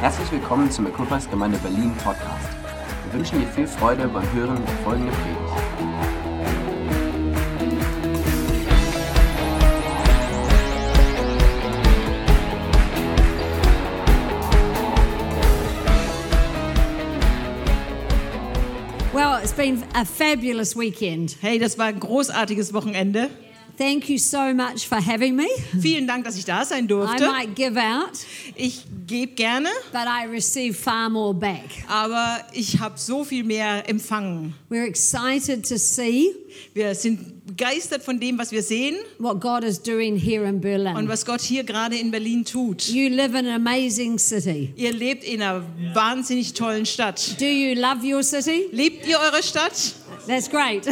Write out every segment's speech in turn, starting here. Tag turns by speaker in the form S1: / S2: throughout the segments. S1: Herzlich willkommen zum Equipers Gemeinde Berlin Podcast. Wir wünschen dir viel Freude beim Hören der folgenden Predigt.
S2: Well, it's been a fabulous weekend.
S3: Hey, das war ein großartiges Wochenende.
S2: Thank you so much for having me.
S3: Vielen Dank, dass ich da sein
S2: I
S3: durfte.
S2: might give out,
S3: Ich gebe gerne,
S2: but I receive far more back.
S3: aber ich habe so viel mehr empfangen.
S2: We're excited to see
S3: Wir sind begeistert von dem, was wir sehen
S2: what God is doing here in
S3: und
S2: Berlin.
S3: was Gott hier gerade in Berlin tut.
S2: You live in an amazing city.
S3: Ihr lebt in einer wahnsinnig tollen Stadt.
S2: Do you love your city?
S3: Lebt ihr eure Stadt?
S2: That's great.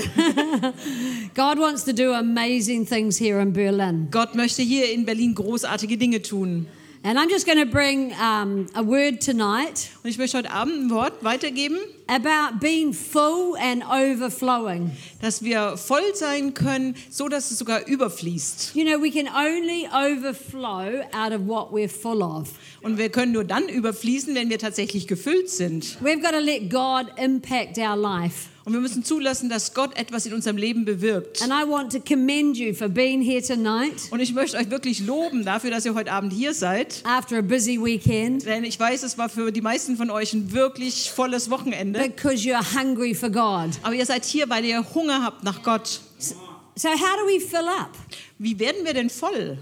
S2: God wants to do amazing things here in Berlin.
S3: Gott möchte hier in Berlin großartige Dinge tun.
S2: And I'm just going to bring um, a word tonight
S3: Und ich möchte heute Abend ein Wort weitergeben,
S2: about being full and overflowing.
S3: dass wir voll sein können, so dass es sogar überfließt.
S2: You know, we can only overflow out of what we're full of.
S3: Und wir können nur dann überfließen, wenn wir tatsächlich gefüllt sind.
S2: We've got to let God impact our life.
S3: Und wir müssen zulassen, dass Gott etwas in unserem Leben bewirkt.
S2: And I want to commend you for being here tonight
S3: Und ich möchte euch wirklich loben dafür, dass ihr heute Abend hier seid.
S2: after a busy weekend
S3: Denn ich weiß, es war für die meisten von euch ein wirklich volles Wochenende.
S2: because you're hungry for God.
S3: Aber ihr seid hier, weil ihr Hunger habt nach Gott.
S2: So, how do we fill up?
S3: Wie werden wir denn voll?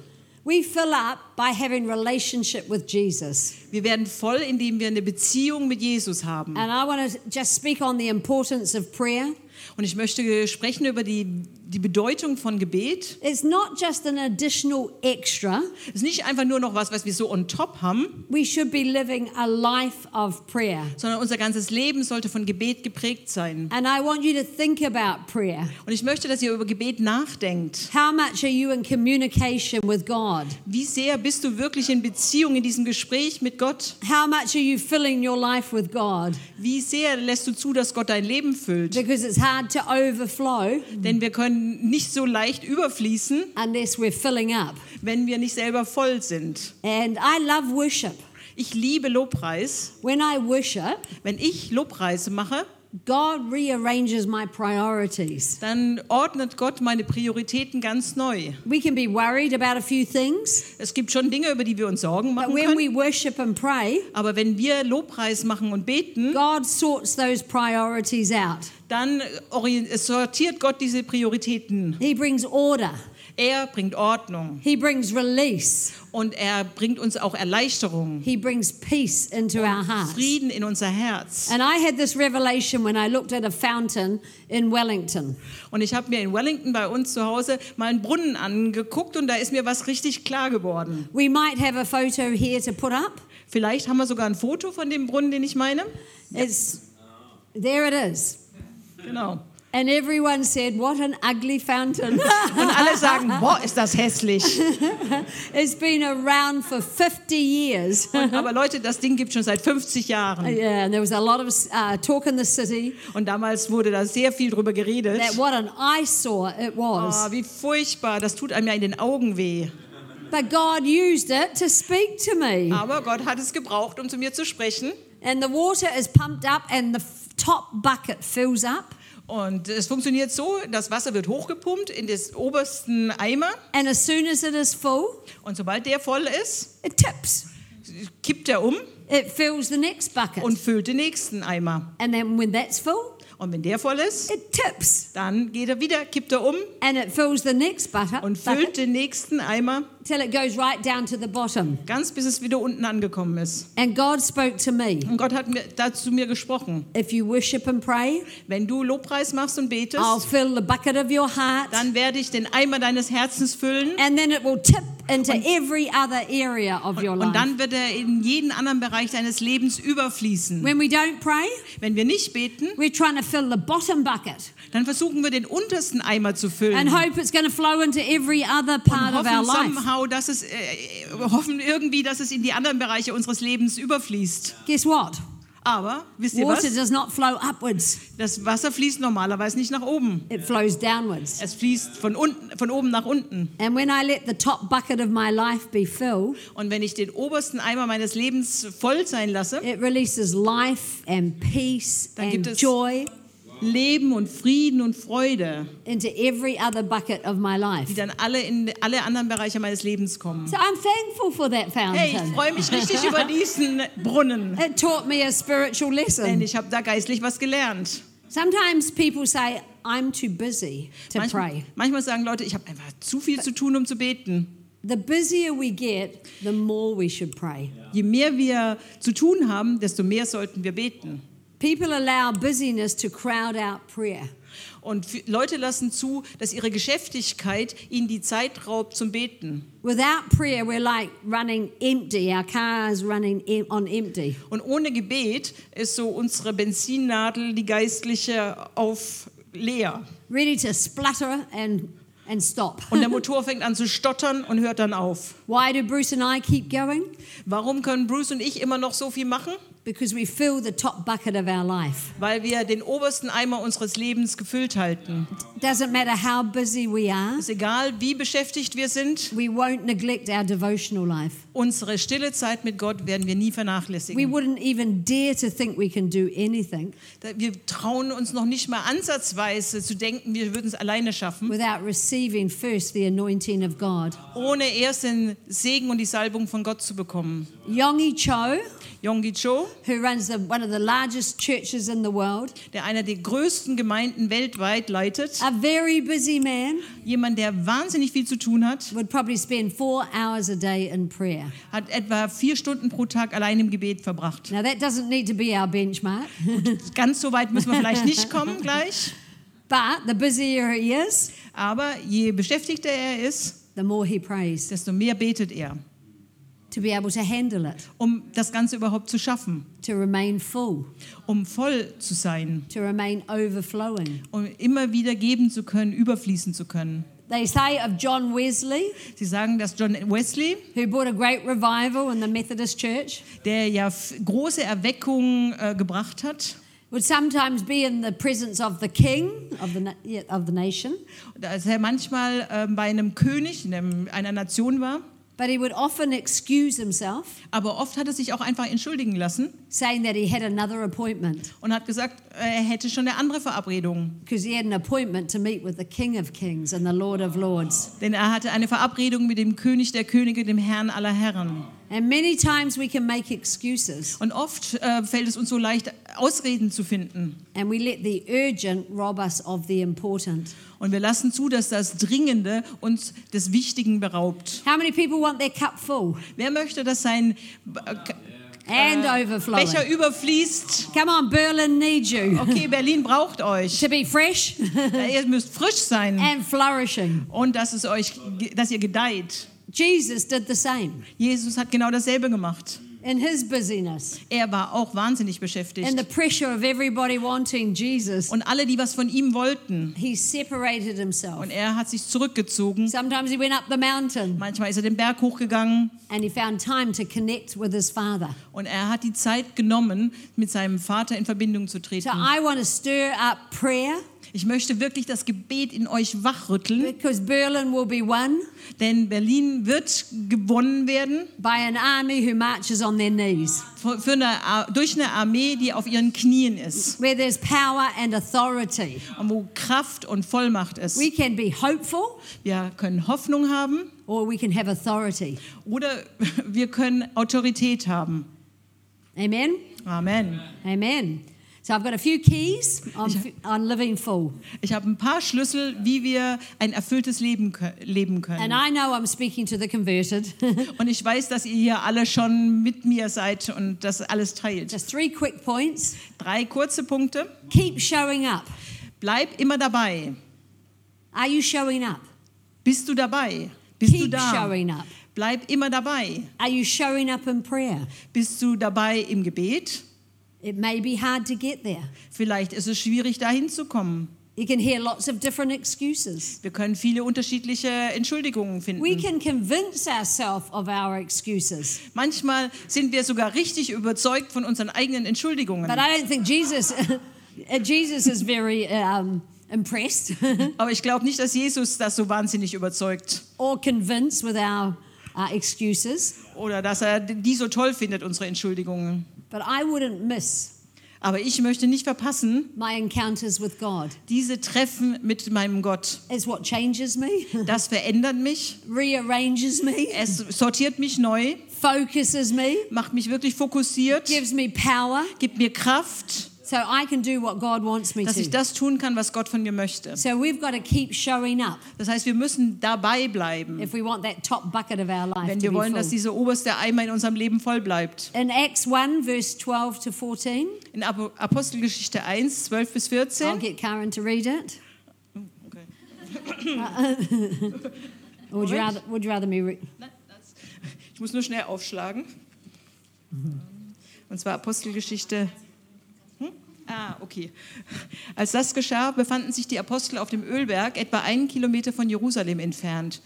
S2: We fill up by having relationship with Jesus.
S3: Wir werden voll, indem wir eine Beziehung mit Jesus haben.
S2: And I want to just speak on the importance of prayer.
S3: Und ich möchte sprechen über die, die Bedeutung von Gebet.
S2: It's not just an additional extra.
S3: Es ist nicht einfach nur noch was, was wir so on top haben,
S2: We should be living a life of prayer.
S3: sondern unser ganzes Leben sollte von Gebet geprägt sein.
S2: And I want you to think about prayer.
S3: Und ich möchte, dass ihr über Gebet nachdenkt.
S2: How much are you in communication with God?
S3: Wie sehr bist du wirklich in Beziehung in diesem Gespräch mit Gott?
S2: How much are you filling your life with God?
S3: Wie sehr lässt du zu, dass Gott dein Leben füllt?
S2: Because it's hard to overflow
S3: Denn wir können nicht so leicht überfließen,
S2: unless we're filling up.
S3: wenn wir nicht selber voll sind.
S2: And I love worship.
S3: Ich liebe Lobpreis.
S2: When I worship,
S3: Wenn ich Lobpreise mache,
S2: God rearranges my priorities.
S3: dann ordnet Gott meine Prioritäten ganz neu.
S2: We can be worried about a few things,
S3: Es gibt schon Dinge, über die wir uns Sorgen
S2: but
S3: machen
S2: when
S3: können.
S2: we worship and pray,
S3: Aber wenn wir Lobpreis machen und beten,
S2: God sorts those priorities out.
S3: dann orient- sortiert Gott diese Prioritäten.
S2: He brings order,
S3: Er bringt Ordnung
S2: He brings release,
S3: und er bringt uns auch Erleichterung.
S2: He brings peace into our hearts.
S3: Frieden in unser Herz.
S2: And I had this revelation when I looked at a fountain in Wellington.
S3: Und ich habe mir in Wellington bei uns zu Hause mal einen Brunnen angeguckt und da ist mir was richtig klar geworden.
S2: We might have a photo here to put up.
S3: Vielleicht haben wir sogar ein Foto von dem Brunnen, den ich meine.
S2: It's there it is.
S3: Genau.
S2: And everyone said, What an ugly fountain.
S3: Und alle sagen, boah, ist das hässlich.
S2: it's been around for 50 years.
S3: Aber Leute, das Ding gibt schon seit 50 Jahren.
S2: yeah, and there was a lot of uh, talk in the city
S3: Und damals wurde da sehr viel drüber geredet.
S2: that what an eyesore it was.
S3: Oh, wie furchtbar, das tut einem ja in den Augen weh.
S2: But God used it to speak to me.
S3: Aber Gott hat es gebraucht, um zu mir zu sprechen.
S2: And the water is pumped up, and the f- top bucket fills up,
S3: Und es funktioniert so, das Wasser wird hochgepumpt in den obersten Eimer.
S2: and as soon as it is full,
S3: Und sobald der voll ist,
S2: it tips.
S3: kippt er um
S2: It fills the next bucket.
S3: und füllt den nächsten Eimer.
S2: And then when that's full,
S3: Und wenn der voll ist,
S2: it tips
S3: dann geht er wieder, kippt er um
S2: and it fills the next butter,
S3: und füllt
S2: bucket
S3: den nächsten Eimer,
S2: till it goes right down to the bottom.
S3: ganz bis es wieder unten angekommen ist.
S2: And God spoke to me.
S3: Und Gott hat mir, dazu mir gesprochen.
S2: If you worship and pray,
S3: Wenn du Lobpreis machst und betest,
S2: I'll fill the bucket of your heart,
S3: dann werde ich den Eimer deines Herzens füllen
S2: and then it will tip into every other area of your
S3: und
S2: life.
S3: dann wird er in jeden anderen Bereich deines Lebens überfließen.
S2: When we don't pray,
S3: Wenn wir nicht beten,
S2: we're trying to fill the bottom bucket
S3: dann versuchen wir den untersten Eimer zu füllen.
S2: and hope it's going to flow into every other part of our
S3: hoffen
S2: life.
S3: somehow, dass es, äh, hoffen irgendwie, dass es in die anderen Bereiche unseres Lebens überfließt.
S2: Guess what?
S3: Aber wisst ihr
S2: Water
S3: was?
S2: does not flow upwards,
S3: Das Wasser fließt normalerweise nicht nach oben.
S2: it flows downwards.
S3: Es fließt von, unten, von oben nach unten.
S2: And when I let the top bucket of my life be filled,
S3: Und wenn ich den obersten Eimer meines Lebens voll sein lasse,
S2: it releases life and peace
S3: Dann gibt
S2: and
S3: es-
S2: joy
S3: Leben und Frieden und Freude,
S2: into every other bucket of my
S3: die
S2: life.
S3: dann alle in alle anderen Bereiche meines Lebens kommen.
S2: So I'm thankful for that
S3: Hey, ich
S2: fountain.
S3: freue mich richtig über diesen Brunnen,
S2: It taught me a spiritual
S3: denn
S2: lesson.
S3: ich habe da geistlich was gelernt.
S2: Sometimes people say, I'm too busy to
S3: Manchmal,
S2: pray.
S3: manchmal sagen Leute, ich habe einfach zu viel zu tun, um zu beten.
S2: The busier we get, the more we should pray.
S3: Je mehr wir zu tun haben, desto mehr sollten wir beten.
S2: People allow busyness to crowd out prayer.
S3: Und fü- Leute lassen zu, dass ihre Geschäftigkeit ihnen die Zeit raubt zum Beten.
S2: Without prayer, we're like running empty. Our car is running em- on empty.
S3: Und ohne Gebet ist so unsere Benzinnadel, die geistliche, auf leer.
S2: ready to splutter and, and stop.
S3: Und der Motor fängt an zu stottern und hört dann auf.
S2: Why do Bruce and I keep going?
S3: Warum können Bruce und ich immer noch so viel machen?
S2: Because we fill the top bucket of our life.
S3: Weil wir den obersten Eimer unseres Lebens gefüllt halten.
S2: Doesn't matter how busy we are,
S3: Ist egal, wie beschäftigt wir sind,
S2: we won't neglect our devotional life.
S3: unsere stille Zeit mit Gott werden wir nie
S2: We
S3: vernachlässigen.
S2: wouldn't even dare to think we can do anything
S3: Da- Wir trauen uns noch nicht mal ansatzweise zu denken, wir würden es alleine schaffen,
S2: without receiving first the anointing of God.
S3: ohne erst den Segen und die Salbung von Gott zu bekommen.
S2: Yongi Cho,
S3: Yonggi Cho,
S2: who runs the, one of the largest churches in the world,
S3: der einer der größten Gemeinden weltweit leitet,
S2: a very busy man,
S3: jemand, der wahnsinnig viel zu tun hat,
S2: would probably spend four hours a day in prayer.
S3: hat etwa vier Stunden pro Tag allein im Gebet verbracht.
S2: Now, that doesn't need to be our benchmark.
S3: Ganz so weit müssen wir vielleicht nicht kommen gleich,
S2: But the busier he is,
S3: aber je beschäftigter er ist,
S2: the more he prays
S3: desto mehr betet er,
S2: to be able to handle it,
S3: um das Ganze überhaupt zu schaffen,
S2: to remain full,
S3: um voll zu sein,
S2: to remain overflowing.
S3: um immer wieder geben zu können, überfließen zu können.
S2: They say of John Wesley,
S3: Sie sagen, dass John Wesley,
S2: who brought a great revival in the Methodist Church,
S3: der ja f- große Erweckungen äh, gebracht hat,
S2: would sometimes be in the presence of the king of the, na- yeah, of the nation,
S3: dass er manchmal äh, bei einem König, in einem, einer Nation war,
S2: but he would often excuse himself,
S3: aber oft hat er sich auch einfach entschuldigen lassen
S2: saying that he had another appointment
S3: und hat gesagt, äh, er hätte schon eine andere Verabredung.
S2: because he had an appointment to meet with the King of Kings and the Lord of Lords.
S3: Denn er hatte eine Verabredung mit dem König der Könige, dem Herrn aller Herren.
S2: And many times we can make excuses
S3: Und oft äh, fällt es uns so leicht, Ausreden zu finden.
S2: and we let the urgent rob us of the important.
S3: Und wir lassen zu, dass das Dringende uns des Wichtigen beraubt.
S2: How many people want their cup full
S3: Wer möchte, dass sein äh, K-
S2: and overflowing?
S3: Becher überfließt?
S2: Come on, Berlin needs you
S3: Okay, Berlin braucht euch.
S2: to be fresh
S3: Äh, Ihr müsst frisch sein
S2: and flourishing.
S3: und dass, es euch, ge- dass ihr gedeiht.
S2: Jesus did the same
S3: Jesus hat genau dasselbe gemacht.
S2: in his busyness,
S3: Er war auch wahnsinnig
S2: in the
S3: beschäftigt.
S2: pressure of everybody wanting Jesus.
S3: Und alle, die was von ihm wollten.
S2: He separated himself.
S3: Und er hat sich zurückgezogen.
S2: Sometimes he went up the mountain
S3: Manchmal ist er den Berg hochgegangen
S2: and he found time to connect with his father.
S3: und er hat die Zeit genommen, mit seinem Vater in Verbindung zu
S2: So
S3: treten.
S2: I want to stir up prayer
S3: Ich möchte wirklich das Gebet in euch wachrütteln,
S2: because Berlin will be won
S3: denn Berlin wird gewonnen werden
S2: by an army who marches on their knees,
S3: für für eine, Ar- durch eine Armee, die auf ihren Knien ist
S2: where there's power and authority.
S3: und wo Kraft und Vollmacht ist.
S2: We can be hopeful
S3: Wir können Hoffnung haben
S2: or we can have authority.
S3: oder wir können Autorität haben.
S2: Amen?
S3: Amen.
S2: Amen. So I've got a few keys on, on living full.
S3: Ich habe ein paar Schlüssel, wie wir ein erfülltes Leben kö- leben
S2: And
S3: können.
S2: I know I'm speaking to the converted.
S3: Und ich weiß, dass ihr hier alle schon mit mir seid und das alles teilt.
S2: Just three quick points.
S3: Drei kurze Punkte.
S2: Keep showing up.
S3: Bleib immer dabei.
S2: Are you showing up?
S3: Bist du dabei? Bist du
S2: Keep
S3: da?
S2: showing up.
S3: Bleib immer dabei.
S2: Are you showing up in prayer?
S3: Bist du dabei im Gebet?
S2: It may be hard to get there.
S3: Vielleicht ist es schwierig, dahin zu kommen.
S2: You can hear lots of different excuses.
S3: Wir können viele unterschiedliche Entschuldigungen
S2: We
S3: finden.
S2: can convince ourselves of our excuses.
S3: Manchmal sind wir sogar richtig überzeugt von unseren eigenen Entschuldigungen.
S2: But I don't think Jesus, uh, Jesus is very um, impressed
S3: Aber ich glaube nicht, dass Jesus das so wahnsinnig überzeugt
S2: or convinced with our uh, excuses.
S3: oder dass er die so toll findet, unsere Entschuldigungen.
S2: But I wouldn't miss
S3: Aber ich möchte nicht verpassen,
S2: my encounters with God.
S3: diese Treffen mit meinem Gott.
S2: It's what changes me,
S3: Das verändert mich,
S2: rearranges me,
S3: es sortiert mich neu,
S2: focuses me,
S3: macht mich wirklich fokussiert,
S2: gives me power
S3: gibt mir Kraft,
S2: so I can do what God wants me
S3: dass ich
S2: to.
S3: das tun kann, was Gott von mir möchte.
S2: So we've got to keep showing up
S3: Das heißt, wir müssen dabei bleiben,
S2: if we want that top bucket of our life
S3: wenn
S2: to
S3: wir
S2: be
S3: wollen, dass
S2: full.
S3: dieser oberste Eimer in unserem Leben voll bleibt.
S2: In Acts 1, verse 12 to 14,
S3: In Apo- Apostelgeschichte 1, 12 bis
S2: I'll
S3: 14.
S2: get Karen to read it.
S3: Okay.
S2: Or would you rather, would you rather me read?
S3: Nein, das- Ich muss nur schnell aufschlagen. Und zwar Apostelgeschichte. Hm? Ah, okay. Als das geschah, befanden sich die Apostel auf dem Ölberg, etwa einen Kilometer von Jerusalem entfernt.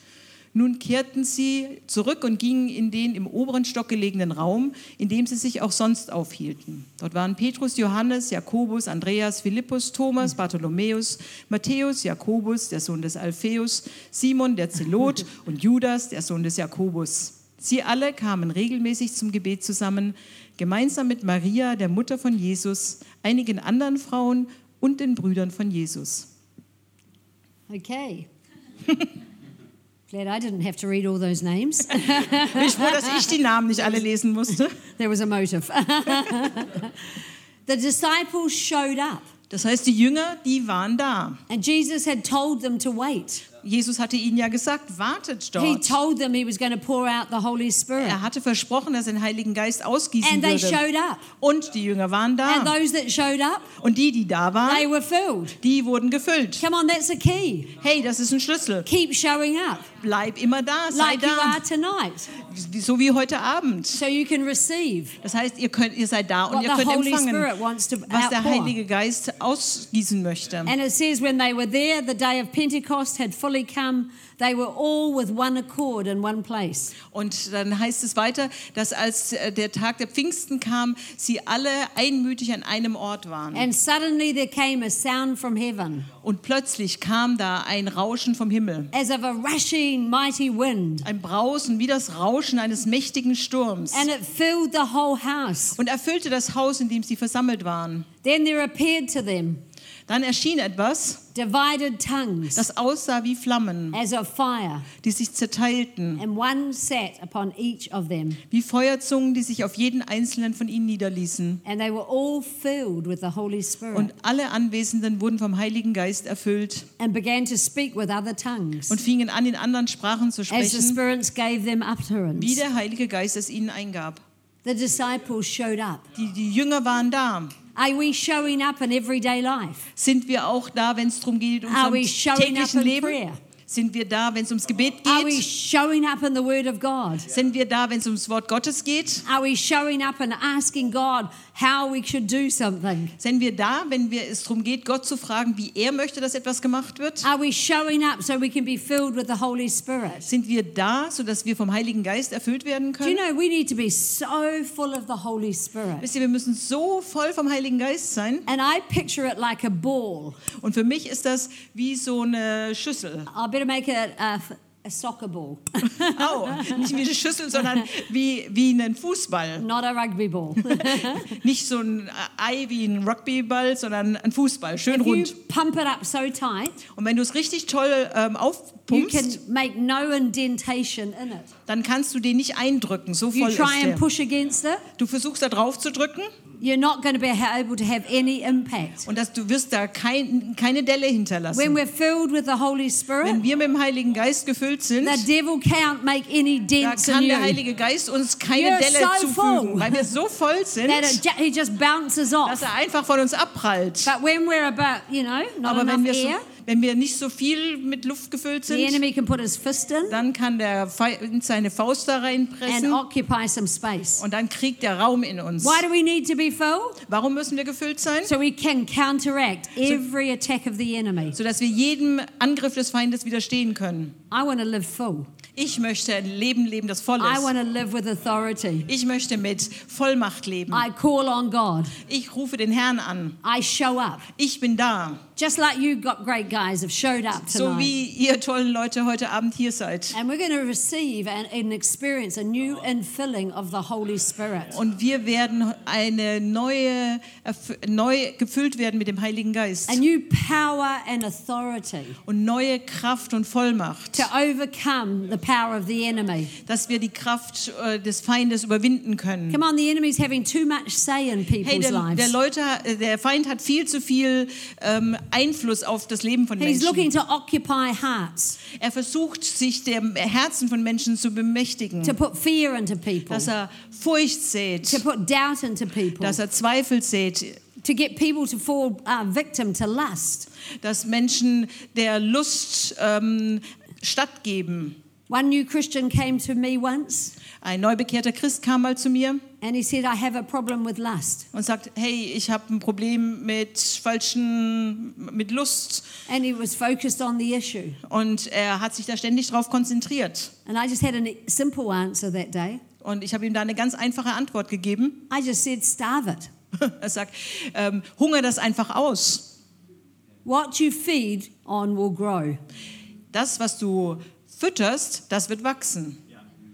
S3: Nun kehrten sie zurück und gingen in den im oberen Stock gelegenen Raum, in dem sie sich auch sonst aufhielten. Dort waren Petrus, Johannes, Jakobus, Andreas, Philippus, Thomas, Bartholomäus, Matthäus, Jakobus, der Sohn des Alpheus, Simon, der Zelot und Judas, der Sohn des Jakobus. Sie alle kamen regelmäßig zum Gebet zusammen, gemeinsam mit Maria, der Mutter von Jesus, einigen anderen Frauen und den Brüdern von Jesus.
S2: Okay. Glad I didn't have to read all those names.
S3: Ich froh, dass ich die Namen nicht alle lesen musste.
S2: there was a motive. the disciples showed up,
S3: Das heißt, die Jünger, die waren da.
S2: and Jesus had told them to wait.
S3: Jesus hatte ihnen ja gesagt, wartet
S2: He
S3: dort.
S2: told them he was going to pour out the Holy Spirit.
S3: Er hatte versprochen, dass er den Heiligen Geist ausgießen
S2: And they
S3: würde.
S2: showed up.
S3: Und die Jünger waren
S2: And
S3: da.
S2: those that showed up,
S3: Und die, die da
S2: they
S3: waren,
S2: were filled.
S3: die wurden gefüllt.
S2: Come on, that's a key.
S3: Hey, das ist ein Schlüssel.
S2: Keep showing up
S3: Bleib immer da, sei
S2: like you
S3: da.
S2: are tonight
S3: So wie heute Abend.
S2: so you can receive
S3: Das heißt, ihr, könnt, ihr seid da und
S2: what
S3: ihr
S2: the
S3: könnt
S2: Holy Spirit
S3: empfangen,
S2: wants to
S3: was der
S2: outpour.
S3: Heilige Geist ausgießen möchte.
S2: And it says, when they were there, the day of Pentecost had fully come. They were all with one accord in one place.
S3: Und dann heißt es weiter, dass als äh, der Tag der Pfingsten kam, sie alle einmütig an einem Ort waren.
S2: And suddenly there came a sound from heaven,
S3: Und plötzlich kam da ein Rauschen vom Himmel.
S2: as of a rushing mighty wind,
S3: Ein Brausen wie das Rauschen eines mächtigen Sturms.
S2: and it filled the whole house.
S3: Und erfüllte das Haus, in dem sie versammelt waren.
S2: Then there appeared to them
S3: Dann erschien etwas,
S2: divided tongues
S3: das aussah wie Flammen,
S2: as of fire,
S3: die sich zerteilten,
S2: and one sat upon each of them.
S3: wie Feuerzungen, die sich auf jeden einzelnen von ihnen niederließen.
S2: And they were all filled with the Holy Spirit
S3: Und alle Anwesenden wurden vom Heiligen Geist erfüllt
S2: and began to speak with other tongues
S3: und fingen an, in anderen Sprachen zu
S2: as the
S3: sprechen,
S2: spirits gave them
S3: wie
S2: utterance.
S3: der Heilige Geist es ihnen eingab.
S2: The disciples showed up.
S3: Die, die Jünger waren da.
S2: Are we showing up in everyday life?
S3: Sind wir auch da, wenn es darum geht, um
S2: Are we
S3: unser
S2: showing up
S3: täglichen
S2: in
S3: Leben?
S2: prayer?
S3: Sind wir da, wenn es ums Gebet
S2: Are we
S3: geht?
S2: showing up in the Word of God?
S3: Sind wir da, wenn es ums Wort Gottes geht?
S2: Are we showing up and asking God how we should do something?
S3: Sind wir da, wenn wir es darum geht, Gott zu fragen, wie er möchte, dass etwas gemacht wird?
S2: Are we showing up so we can be filled with the Holy Spirit?
S3: Sind wir da, sodass wir vom Heiligen Geist erfüllt werden
S2: Do you
S3: können?
S2: know we need to be so full of the Holy Spirit?
S3: Wisst ihr, wir müssen so voll vom Heiligen Geist sein.
S2: And I picture it like a ball.
S3: Und für mich ist das wie so eine Schüssel.
S2: I better make it a, a soccer ball,
S3: Oh, nicht wie eine Schüssel, sondern wie, wie einen Fußball.
S2: not a rugby ball.
S3: Nicht so ein äh, Ei wie ein Rugbyball, sondern ein Fußball, schön
S2: If you
S3: rund.
S2: pump it up so tight,
S3: Und wenn du es richtig toll ähm,
S2: you
S3: aufpumpst,
S2: can make no indentation in it.
S3: dann kannst du den nicht eindrücken, so voll
S2: You
S3: ist
S2: try and
S3: der.
S2: push against it,
S3: Du versuchst da drauf zu drücken
S2: you're not going to be able to have any impact.
S3: und dass du wirst da kein, keine Delle
S2: When
S3: hinterlassen.
S2: we're filled with the Holy Spirit,
S3: Wenn wir mit dem Heiligen Geist gefüllt sind,
S2: the devil can't make any
S3: da
S2: dents in
S3: kann
S2: you.
S3: der Heilige Geist uns keine
S2: You're
S3: Delle
S2: so full.
S3: zufügen, weil wir so voll sind,
S2: That it, ju- he just bounces
S3: dass
S2: off.
S3: er einfach von uns abprallt.
S2: But when we're about, you know, not
S3: Aber wenn
S2: enough
S3: wir, so,
S2: air,
S3: Wenn wir nicht so viel mit Luft gefüllt
S2: The
S3: sind,
S2: enemy can put his fist in
S3: dann kann der Feind seine Faust da
S2: and
S3: reinpressen
S2: occupy some space.
S3: und dann kriegt der Raum in uns.
S2: Why do we need to be full?
S3: Warum müssen wir gefüllt sein?
S2: So we can counteract every attack of the enemy.
S3: Sodass wir jedem Angriff des Feindes widerstehen können.
S2: I want to live full.
S3: Ich möchte ein Leben leben, das voll
S2: I
S3: ist.
S2: want to live with authority.
S3: Ich möchte mit Vollmacht leben.
S2: I call on God.
S3: Ich rufe den Herrn an.
S2: I show up.
S3: Ich bin da.
S2: Just like you got great guys have showed up
S3: So
S2: tonight.
S3: wie ihr tollen Leute heute Abend hier seid.
S2: And we're going to receive and, and experience a new infilling of the Holy Spirit.
S3: Und wir werden eine neue, erf- neu gefüllt werden mit dem Heiligen Geist.
S2: A new power and authority
S3: Und neue Kraft und Vollmacht.
S2: to overcome the power of the enemy.
S3: Dass wir die Kraft äh, des Feindes überwinden können.
S2: Come on, the enemy's having too much say in people's
S3: Hey, der, der,
S2: lives.
S3: Leute, äh, der Feind hat viel zu viel ähm, Einfluss auf das Leben von
S2: He's
S3: Menschen.
S2: looking to occupy hearts,
S3: Er versucht, sich dem Herzen von Menschen zu bemächtigen.
S2: to put fear into people,
S3: Dass er Furcht
S2: to
S3: sät,
S2: put doubt into people,
S3: dass er Zweifel sät,
S2: to get people to fall uh, victim to lust.
S3: dass Menschen der Lust ähm, stattgeben.
S2: One new Christian came to me once
S3: Ein neu bekehrter Christ kam mal zu mir
S2: and he said, I have a problem with lust.
S3: und sagt, hey, ich habe ein Problem mit falschen, mit Lust.
S2: And he was focused on the issue.
S3: Und er hat sich da ständig drauf konzentriert.
S2: And I just had a simple answer that day.
S3: Und ich habe ihm da eine ganz einfache Antwort gegeben.
S2: I just said, starve it.
S3: Er sagt, ähm, hunger das einfach aus.
S2: What you feed on will grow.
S3: Das, was du fütterst, das wird wachsen.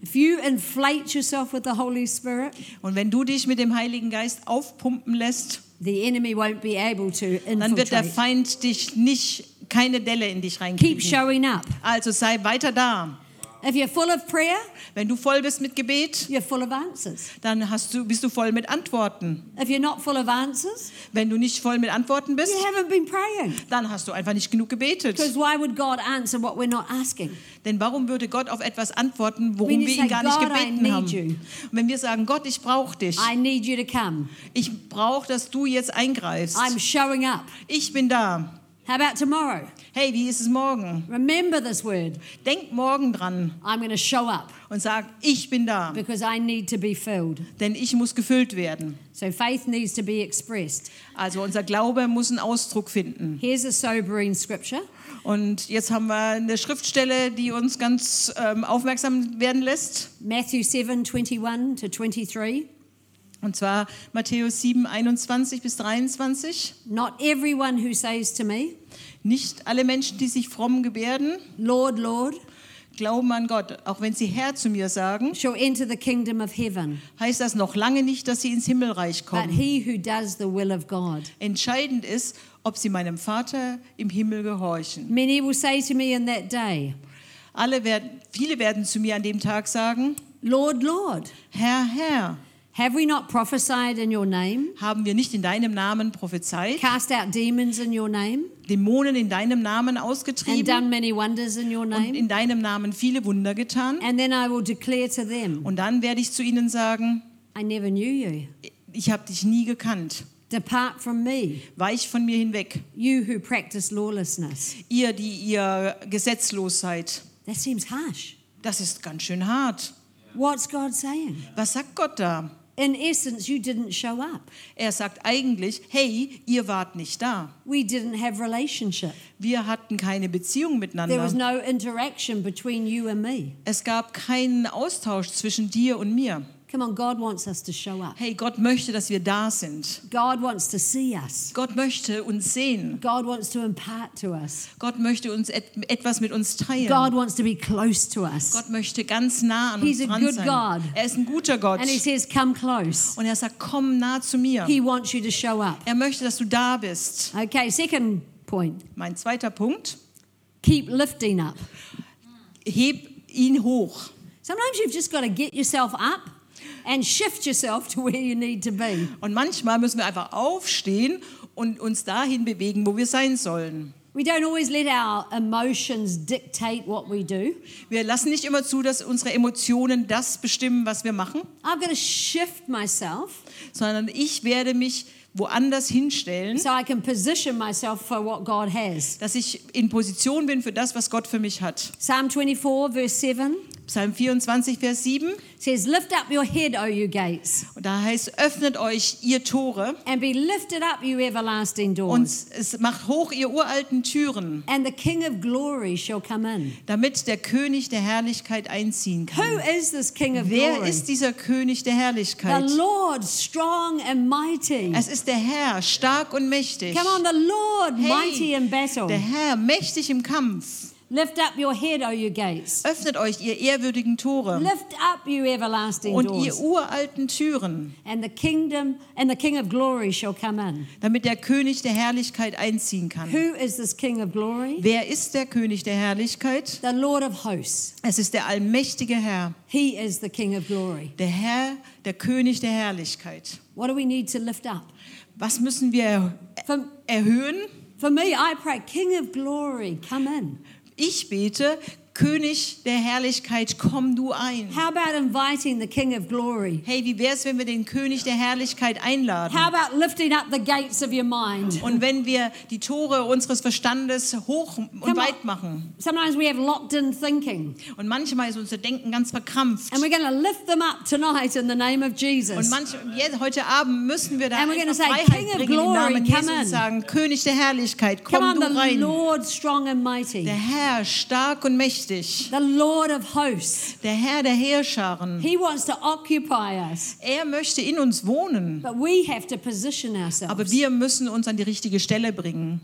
S2: If you inflate yourself with the Holy Spirit,
S3: Und wenn du dich mit dem Heiligen Geist aufpumpen lässt,
S2: the enemy won't be able to
S3: dann wird der
S2: infiltrate.
S3: Feind dich nicht, keine Delle in dich
S2: Keep
S3: reinkriegen.
S2: showing up.
S3: Also sei weiter da.
S2: If you're full of prayer,
S3: Wenn du voll bist mit Gebet,
S2: you're full of answers.
S3: dann hast du, bist du voll mit Antworten.
S2: If you're not full of answers,
S3: Wenn du nicht voll mit Antworten bist,
S2: you haven't been praying.
S3: dann hast du einfach nicht genug gebetet.
S2: Because why would God answer what we're not asking?
S3: Denn warum würde Gott auf etwas antworten,
S2: When
S3: worum
S2: you
S3: wir
S2: say,
S3: ihn gar nicht
S2: "God, I
S3: gebeten
S2: need
S3: haben?
S2: you."
S3: Und wenn wir sagen, Gott, ich brauche dich,
S2: I need you to come.
S3: ich brauche, dass du jetzt eingreifst.
S2: I'm showing up.
S3: Ich bin da.
S2: How about tomorrow?
S3: Hey, wie ist es morgen?
S2: Remember this word.
S3: Denk morgen dran
S2: I'm going to show up
S3: und sag, ich bin da,
S2: because I need to be filled.
S3: denn ich muss gefüllt werden.
S2: So faith needs to be expressed.
S3: Also unser Glaube muss einen Ausdruck finden.
S2: Here's a sobering scripture.
S3: Und jetzt haben wir eine Schriftstelle, die uns ganz ähm, aufmerksam werden lässt.
S2: Matthew 7 21 to 23.
S3: Und zwar Matthäus 7, 21 bis 23.
S2: Not everyone who says to me,
S3: Nicht alle Menschen, die sich fromm gebärden,
S2: Lord, Lord,
S3: glauben an Gott. Auch wenn sie Herr zu mir sagen,
S2: shall enter the kingdom of heaven,
S3: heißt das noch lange nicht, dass sie ins Himmelreich
S2: but
S3: kommen.
S2: he who does the will of God.
S3: Entscheidend ist, ob sie meinem Vater im Himmel gehorchen.
S2: Many will say to me in that day,
S3: Alle werden, viele werden zu mir an dem Tag sagen,
S2: Lord, Lord,
S3: Herr, Herr,
S2: have we not prophesied in your name,
S3: haben wir nicht in deinem Namen prophezeit,
S2: cast out demons in your name,
S3: Dämonen in deinem Namen
S2: and
S3: ausgetrieben
S2: done many wonders in your
S3: und
S2: name?
S3: in deinem Namen viele Wunder getan?
S2: And then I will declare to them,
S3: Und dann werde ich zu ihnen sagen,
S2: I never knew you.
S3: ich habe dich nie gekannt.
S2: Depart from me,
S3: Weich von mir hinweg,
S2: you who practice lawlessness.
S3: ihr, die ihr gesetzlos seid.
S2: That seems harsh.
S3: Das ist ganz schön hart.
S2: What's God saying?
S3: Was sagt Gott da?
S2: In essence, you didn't show up.
S3: Er sagt eigentlich, hey, ihr wart nicht da.
S2: We didn't have relationship.
S3: Wir hatten keine Beziehung
S2: There was
S3: miteinander.
S2: no interaction between you and me.
S3: Es gab keinen Austausch zwischen dir und mir.
S2: Come on, God wants us to show up.
S3: Hey, Gott möchte, dass wir da sind.
S2: God wants to see us.
S3: Gott möchte uns sehen.
S2: God wants to impart to us.
S3: Gott möchte uns et etwas mit uns teilen.
S2: God wants to be close to us.
S3: Gott möchte ganz nah an
S2: He's a
S3: uns dran
S2: good
S3: sein.
S2: God.
S3: Er ist ein guter Gott.
S2: And He says, Come close.
S3: Und er sagt, komm nah zu mir.
S2: He wants you to show up.
S3: Er möchte, dass du da bist.
S2: Okay, second point
S3: Mein zweiter Punkt,
S2: keep lifting up.
S3: heb ihn hoch.
S2: Sometimes you've just got to get yourself up and shift yourself to where you need to be.
S3: Und manchmal müssen wir einfach aufstehen und uns dahin bewegen, wo wir sein sollen.
S2: We don't always let our emotions dictate what we do.
S3: Wir lassen nicht immer zu, dass unsere Emotionen das bestimmen, was wir machen,
S2: I've got to shift myself
S3: sondern ich werde mich woanders hinstellen,
S2: so I can position myself for what God has.
S3: dass ich in Position bin für das, was Gott für mich hat.
S2: Psalm 24, verse 7
S3: Psalm 24, Vers 7.
S2: says, Lift up your head, O you gates,
S3: Und da heißt, öffnet euch ihr Tore
S2: and be lifted up, you everlasting
S3: und
S2: doors,
S3: es macht hoch ihr uralten Türen,
S2: and the King of glory shall come in.
S3: damit der König der Herrlichkeit einziehen kann.
S2: Who is this King of
S3: Wer
S2: glory?
S3: ist dieser König der
S2: The
S3: Herrlichkeit?
S2: Lord, strong and mighty.
S3: Es ist der Herr, stark und mächtig.
S2: Come on, the Lord,
S3: Hey,
S2: mighty in battle.
S3: Der Herr, mächtig im Kampf.
S2: Lift up your head, O you gates.
S3: Öffnet euch, ihr ehrwürdigen Tore
S2: Lift up, you everlasting
S3: und ihr
S2: doors,
S3: uralten Türen,
S2: and the kingdom and the King of glory shall come in.
S3: damit der König der Herrlichkeit einziehen kann.
S2: Who is this King of glory?
S3: Wer ist der König der Herrlichkeit?
S2: The Lord of hosts.
S3: Es ist der allmächtige Herr,
S2: He is the King of glory.
S3: der Herr, der König der Herrlichkeit.
S2: What do we need to lift up?
S3: Was müssen wir
S2: For,
S3: erhöhen?
S2: for me, I pray, King of glory, come in.
S3: Ich bete, König der Herrlichkeit, komm du ein.
S2: How about inviting the King of glory?
S3: Hey, wie wär's, wenn wir den König der Herrlichkeit einladen?
S2: How about lifting up the gates of your mind?
S3: Und wenn wir die Tore unseres Verstandes hoch und
S2: on.
S3: weit machen.
S2: Sometimes we have locked in thinking,
S3: Und manchmal ist unser Denken ganz verkrampft.
S2: and we're going to lift them up tonight in the name of
S3: Und
S2: Jesus.
S3: manche, jetzt, heute Abend müssen wir da
S2: And we're gonna
S3: einfach
S2: say,
S3: Freiheit
S2: King of
S3: bringen im
S2: glory,
S3: Namen
S2: come
S3: Jesu
S2: in.
S3: und sagen, König der Herrlichkeit, komm
S2: Come on,
S3: du
S2: the
S3: rein.
S2: Lord strong and
S3: Der
S2: mighty,
S3: Herr, stark und mächtig,
S2: the Lord of hosts.
S3: der Herr der Heerscharen.
S2: He wants to occupy us,
S3: Er möchte in uns wohnen,
S2: but we have to position
S3: aber
S2: ourselves.
S3: wir müssen uns an die richtige Stelle bringen.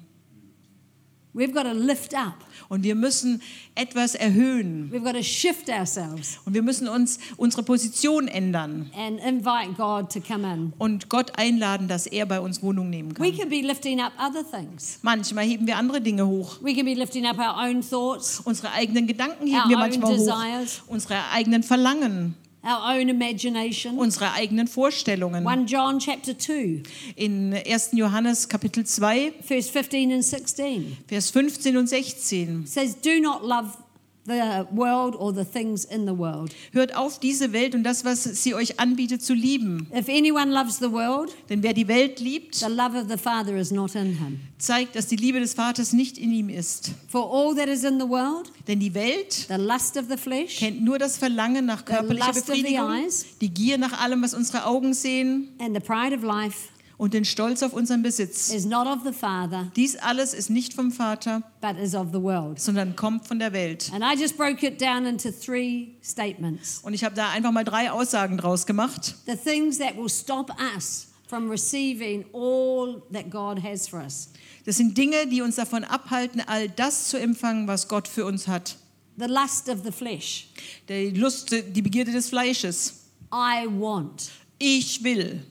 S2: We've got to lift up,
S3: Und wir müssen etwas erhöhen.
S2: we've got to shift ourselves
S3: Und wir müssen uns unsere Position ändern
S2: and invite God to come in.
S3: und Gott einladen, dass er bei uns Wohnung nehmen
S2: We
S3: kann.
S2: can be lifting up other things.
S3: Manchmal heben wir andere Dinge hoch.
S2: We can be lifting up our own thoughts,
S3: Unsere eigenen Gedanken heben
S2: Our
S3: wir
S2: own
S3: manchmal
S2: desires.
S3: hoch. Unsere eigenen Verlangen.
S2: our own imagination.
S3: unsere eigenen Vorstellungen.
S2: 1 John chapter 2,
S3: In 1. Johannes Kapitel 2,
S2: verse 15 and 16.
S3: Vers 15 und 16.
S2: says, Do not love the world or the things in the world.
S3: Hört auf, diese Welt und das, was sie euch anbietet, zu lieben.
S2: If anyone loves the world,
S3: Denn wer die Welt liebt,
S2: the love of the Father is not in him.
S3: zeigt, dass die Liebe des Vaters nicht in ihm ist.
S2: For all that is in the world,
S3: Denn die Welt
S2: the lust of the flesh
S3: kennt nur das Verlangen nach körperlicher
S2: lust of the
S3: Befriedigung,
S2: eyes.
S3: die Gier nach allem, was unsere Augen sehen
S2: and the pride of life
S3: und den Stolz auf unseren Besitz.
S2: is not of the Father,
S3: Dies alles ist nicht vom Vater,
S2: but is of the world.
S3: sondern kommt von der Welt.
S2: And I just broke it down into three statements.
S3: Und ich habe da einfach mal drei Aussagen draus gemacht.
S2: The things that will stop us from receiving all that God has for us.
S3: Das sind Dinge, die uns davon abhalten, all das zu empfangen, was Gott für uns hat.
S2: The lust of the flesh.
S3: Die Lust, die Begierde des Fleisches.
S2: I want.
S3: Ich will.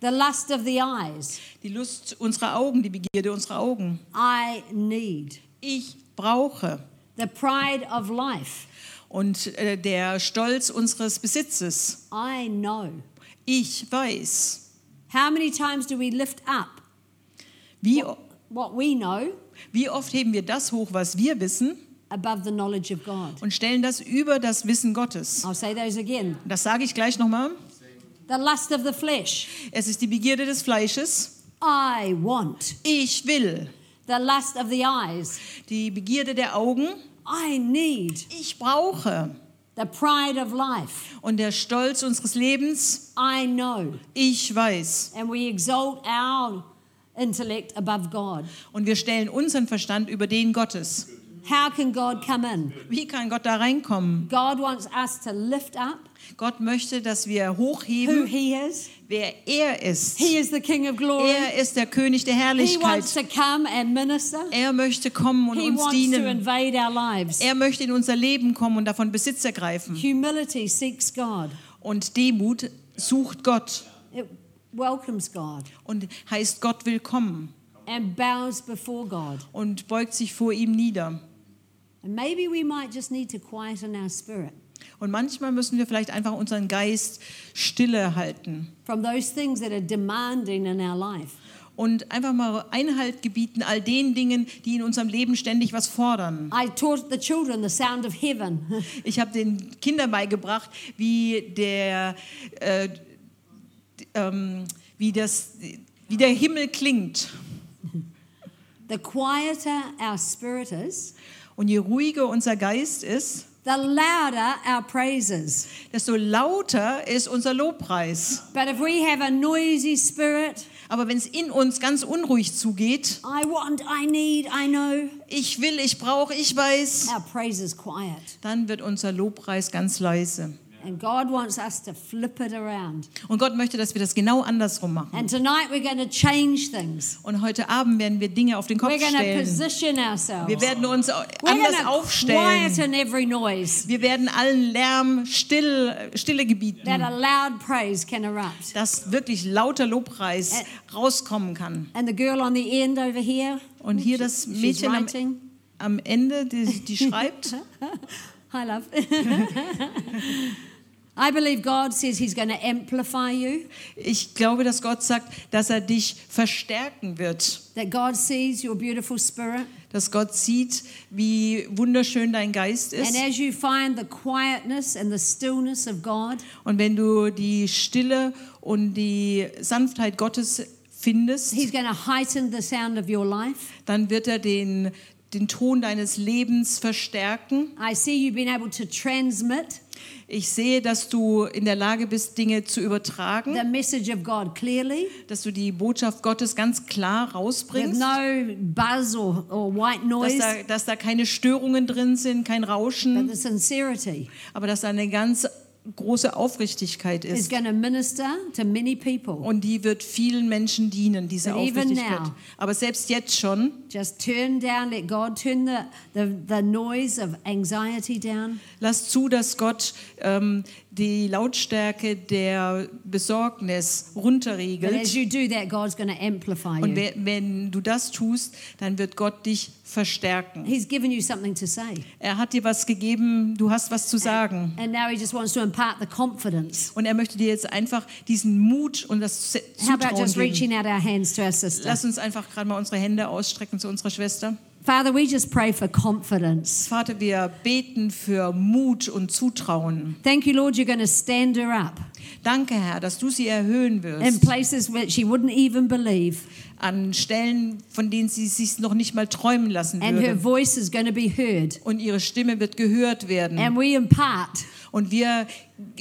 S2: The lust of the eyes.
S3: Die Lust unserer Augen, die Begierde unserer Augen.
S2: I need.
S3: Ich brauche.
S2: The pride of life.
S3: Und äh, der Stolz unseres Besitzes.
S2: I know.
S3: Ich weiß.
S2: How many times do we lift up
S3: Wie,
S2: what we know
S3: wie oft heben wir das hoch, was wir wissen,
S2: above the knowledge of God?
S3: und stellen das über das Wissen Gottes?
S2: I'll say those again.
S3: Das sage ich gleich nochmal.
S2: The lust of the flesh.
S3: Es ist die Begierde des Fleisches.
S2: I want.
S3: Ich will.
S2: The lust of the eyes.
S3: Die Begierde der Augen.
S2: I need.
S3: Ich brauche.
S2: The pride of life.
S3: Und der Stolz unseres Lebens,
S2: I know.
S3: ich weiß.
S2: And we exalt our intellect above God.
S3: Und wir stellen unseren Verstand über den Gottes.
S2: How can God come in?
S3: Wie kann Gott da reinkommen?
S2: God wants us to lift up
S3: Gott möchte, dass wir
S2: who
S3: hochheben,
S2: He is.
S3: wer er ist.
S2: He is the King of glory.
S3: Er ist der König der
S2: He wants
S3: Herrlichkeit.
S2: to come and minister.
S3: Er möchte kommen und
S2: He
S3: uns
S2: wants to
S3: dienen.
S2: invade our lives.
S3: Er möchte in unser Leben kommen und davon Besitz ergreifen.
S2: Humility seeks God.
S3: Und Demut sucht Gott
S2: It welcomes God
S3: und heißt Gott willkommen
S2: and bows before God.
S3: und beugt sich vor ihm nieder.
S2: And maybe we might just need to quieten our spirit
S3: Und manchmal müssen wir vielleicht einfach unseren Geist stille halten.
S2: from those things that are demanding in our life.
S3: und einfach mal Einhalt gebieten all den Dingen, die in unserem Leben ständig was fordern.
S2: I taught the children the sound of heaven.
S3: Ich habe den Kindern beigebracht, wie der, äh, d- ähm, wie das, wie der Himmel klingt.
S2: The quieter our spirit is,
S3: Und je ruhiger unser Geist ist,
S2: the louder our praises.
S3: desto lauter ist unser Lobpreis.
S2: But if we have a noisy spirit,
S3: Aber wenn es in uns ganz unruhig zugeht,
S2: I want, I need, I know,
S3: ich will, ich brauche, ich weiß,
S2: our praise is quiet.
S3: dann wird unser Lobpreis ganz leise.
S2: And God wants us to flip it around.
S3: Und Gott möchte, dass wir das genau andersrum machen.
S2: And tonight we're going to change things.
S3: Und heute Abend werden wir Dinge auf den Kopf
S2: We're going to
S3: stellen.
S2: position ourselves.
S3: Wir werden uns
S2: We're
S3: anders
S2: going to
S3: aufstellen.
S2: quieten every noise
S3: Wir werden allen Lärm still, Stille gebieten,
S2: that a loud praise can erupt.
S3: dass wirklich lauter Lobpreis
S2: Äh.
S3: rauskommen kann.
S2: And the girl on the end over here,
S3: Und hier das
S2: she's
S3: Mädchen am,
S2: writing.
S3: am Ende, die, die schreibt,
S2: Hi, love. I believe God says He's going to amplify you,
S3: ich glaube, dass Gott sagt, dass er dich verstärken wird.
S2: that God sees your beautiful spirit.
S3: Dass Gott sieht, wie wunderschön dein Geist
S2: And
S3: ist.
S2: as you find the quietness and the stillness of God,
S3: Und wenn du die Stille und die Sanftheit Gottes findest,
S2: He's going to heighten the sound of your life.
S3: dann wird er den, den Ton deines Lebens verstärken.
S2: I see you being able to transmit
S3: Ich sehe, dass du in der Lage bist, Dinge zu übertragen,
S2: the message of God clearly
S3: dass du die Botschaft Gottes ganz klar
S2: with
S3: rausbringst,
S2: no buzz or, or white
S3: dass
S2: noise,
S3: da, dass da keine Störungen drin sind, kein
S2: but
S3: Rauschen,
S2: the sincerity
S3: aber dass da eine ganz große Aufrichtigkeit
S2: is
S3: ist.
S2: going to minister to many people.
S3: Und die wird vielen Menschen dienen, diese
S2: But even
S3: Aufrichtigkeit.
S2: now-
S3: Aber selbst jetzt schon,
S2: Just turn down, let God turn the, the, the noise of anxiety down.
S3: lass zu, dass Gott ähm, die Lautstärke der Besorgnis
S2: But
S3: runterregelt.
S2: as you do that, God's going to amplify
S3: Und
S2: you.
S3: we- wenn du das tust, dann wird Gott dich verstärken.
S2: He's given you something to say.
S3: Er hat dir was gegeben, du hast was zu sagen.
S2: And now He just wants to impart the confidence.
S3: Und er möchte dir jetzt einfach diesen Mut und das Z-
S2: How about
S3: Zutrauen
S2: just
S3: geben.
S2: reaching out our hands to our sister?
S3: Lass uns einfach gerade mal unsere Hände ausstrecken zu unserer Schwester.
S2: Father, we just pray for confidence.
S3: Vater, wir beten für Mut und Zutrauen.
S2: Thank you, Lord, you're going to stand her up
S3: Danke, Herr, dass du sie erhöhen
S2: in
S3: wirst
S2: places where she wouldn't even believe.
S3: an Stellen, von denen sie sich noch nicht mal träumen lassen
S2: And her
S3: würde.
S2: voice is going to be heard.
S3: Und ihre Stimme wird gehört werden.
S2: And we impart
S3: Und wir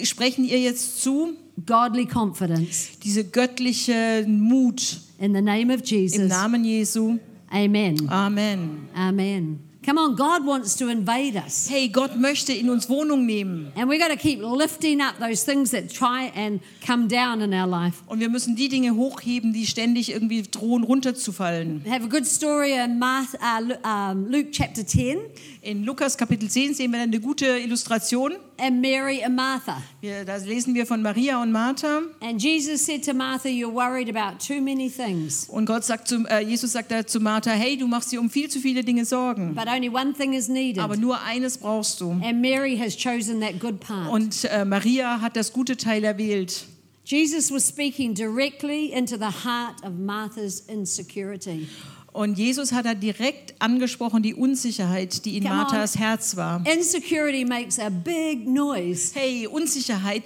S3: sprechen ihr jetzt zu,
S2: godly confidence
S3: diese göttliche Mut
S2: in the name of
S3: im
S2: Jesus.
S3: Namen Jesu.
S2: Amen.
S3: Amen.
S2: Amen. Come on, God wants to invade us.
S3: Hey, Gott möchte in uns Wohnung nehmen.
S2: And we've got to keep lifting up those things that try and come down in our life.
S3: Und wir müssen die Dinge hochheben, die ständig irgendwie drohen, runterzufallen.
S2: I have a good story in Marth, uh, Lu- um, Luke chapter 10
S3: In Lukas Kapitel 10 sehen wir eine gute Illustration.
S2: and Mary and Martha.
S3: Wir, da lesen wir von Maria und Martha.
S2: And Jesus said to Martha, You're worried about too many things,
S3: Und Gott sagt zu, äh, Jesus sagt da zu Martha, hey, du machst dir um viel zu viele Dinge Sorgen.
S2: but only one thing is needed.
S3: Aber nur eines brauchst du.
S2: And Mary has chosen that good part.
S3: Und äh, Maria hat das gute Teil erwählt.
S2: Jesus was speaking directly into the heart of Martha's insecurity.
S3: Und Jesus hat da direkt angesprochen die Unsicherheit, die in
S2: Come on.
S3: Marthas Herz war.
S2: Insecurity makes a big noise.
S3: Hey, Unsicherheit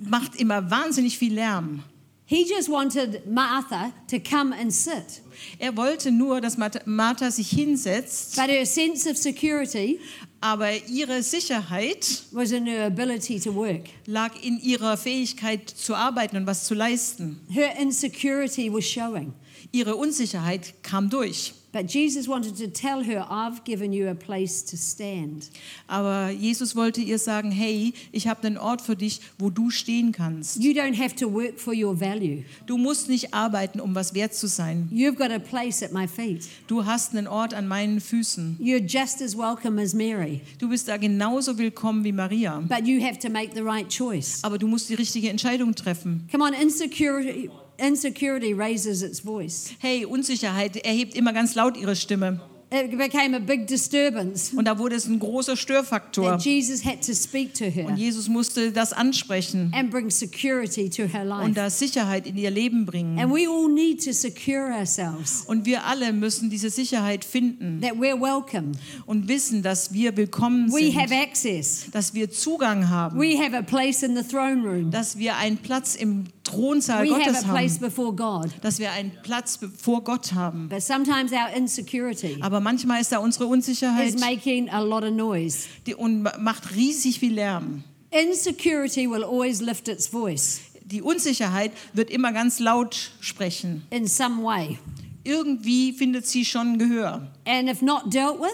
S3: macht immer wahnsinnig viel Lärm.
S2: He just wanted Martha to come and sit.
S3: Er wollte nur, dass Martha- Martha sich hinsetzt,
S2: But her sense of security
S3: aber ihre Sicherheit
S2: was in her ability to work.
S3: lag in ihrer Fähigkeit zu arbeiten und was zu leisten.
S2: Her insecurity was showing.
S3: Ihre Unsicherheit kam durch.
S2: But Jesus wanted to tell her, I've given you a place to stand.
S3: Aber Jesus wollte ihr sagen, hey, ich habe einen Ort für dich, wo du stehen kannst.
S2: You don't have to work for your value.
S3: Du musst nicht arbeiten, um was wert zu sein.
S2: You've got a place at my feet.
S3: Du hast einen Ort an meinen Füßen.
S2: You're just as welcome as Mary,
S3: Du bist da genauso willkommen wie Maria.
S2: but you have to make the right choice.
S3: Aber du musst die richtige Entscheidung treffen.
S2: Come on, insecurity, insecurity raises its voice.
S3: Hey, Unsicherheit erhebt immer ganz laut ihre Stimme.
S2: It became a big disturbance
S3: Und da wurde es ein großer Störfaktor.
S2: that Jesus had to speak to
S3: Und
S2: her
S3: Jesus musste das ansprechen
S2: and bring security to her life.
S3: und da Sicherheit in ihr Leben bringen.
S2: And we all need to secure ourselves
S3: Und wir alle müssen diese Sicherheit finden
S2: that we're welcome.
S3: und wissen, dass wir willkommen
S2: We have
S3: sind,
S2: access.
S3: dass wir Zugang haben,
S2: We have a place in the throne room.
S3: dass wir einen Platz im Thronsaal
S2: we have
S3: Gottes
S2: a place
S3: haben,
S2: before God.
S3: dass wir einen Platz be- vor Gott haben.
S2: But sometimes our insecurity
S3: Aber manchmal ist da unsere Unsicherheit
S2: is making a lot of noise.
S3: die, und ma- macht riesig viel Lärm.
S2: Insecurity will always lift its voice
S3: Die Unsicherheit wird immer ganz laut sprechen.
S2: in some way.
S3: Irgendwie findet sie schon Gehör.
S2: And if not dealt with,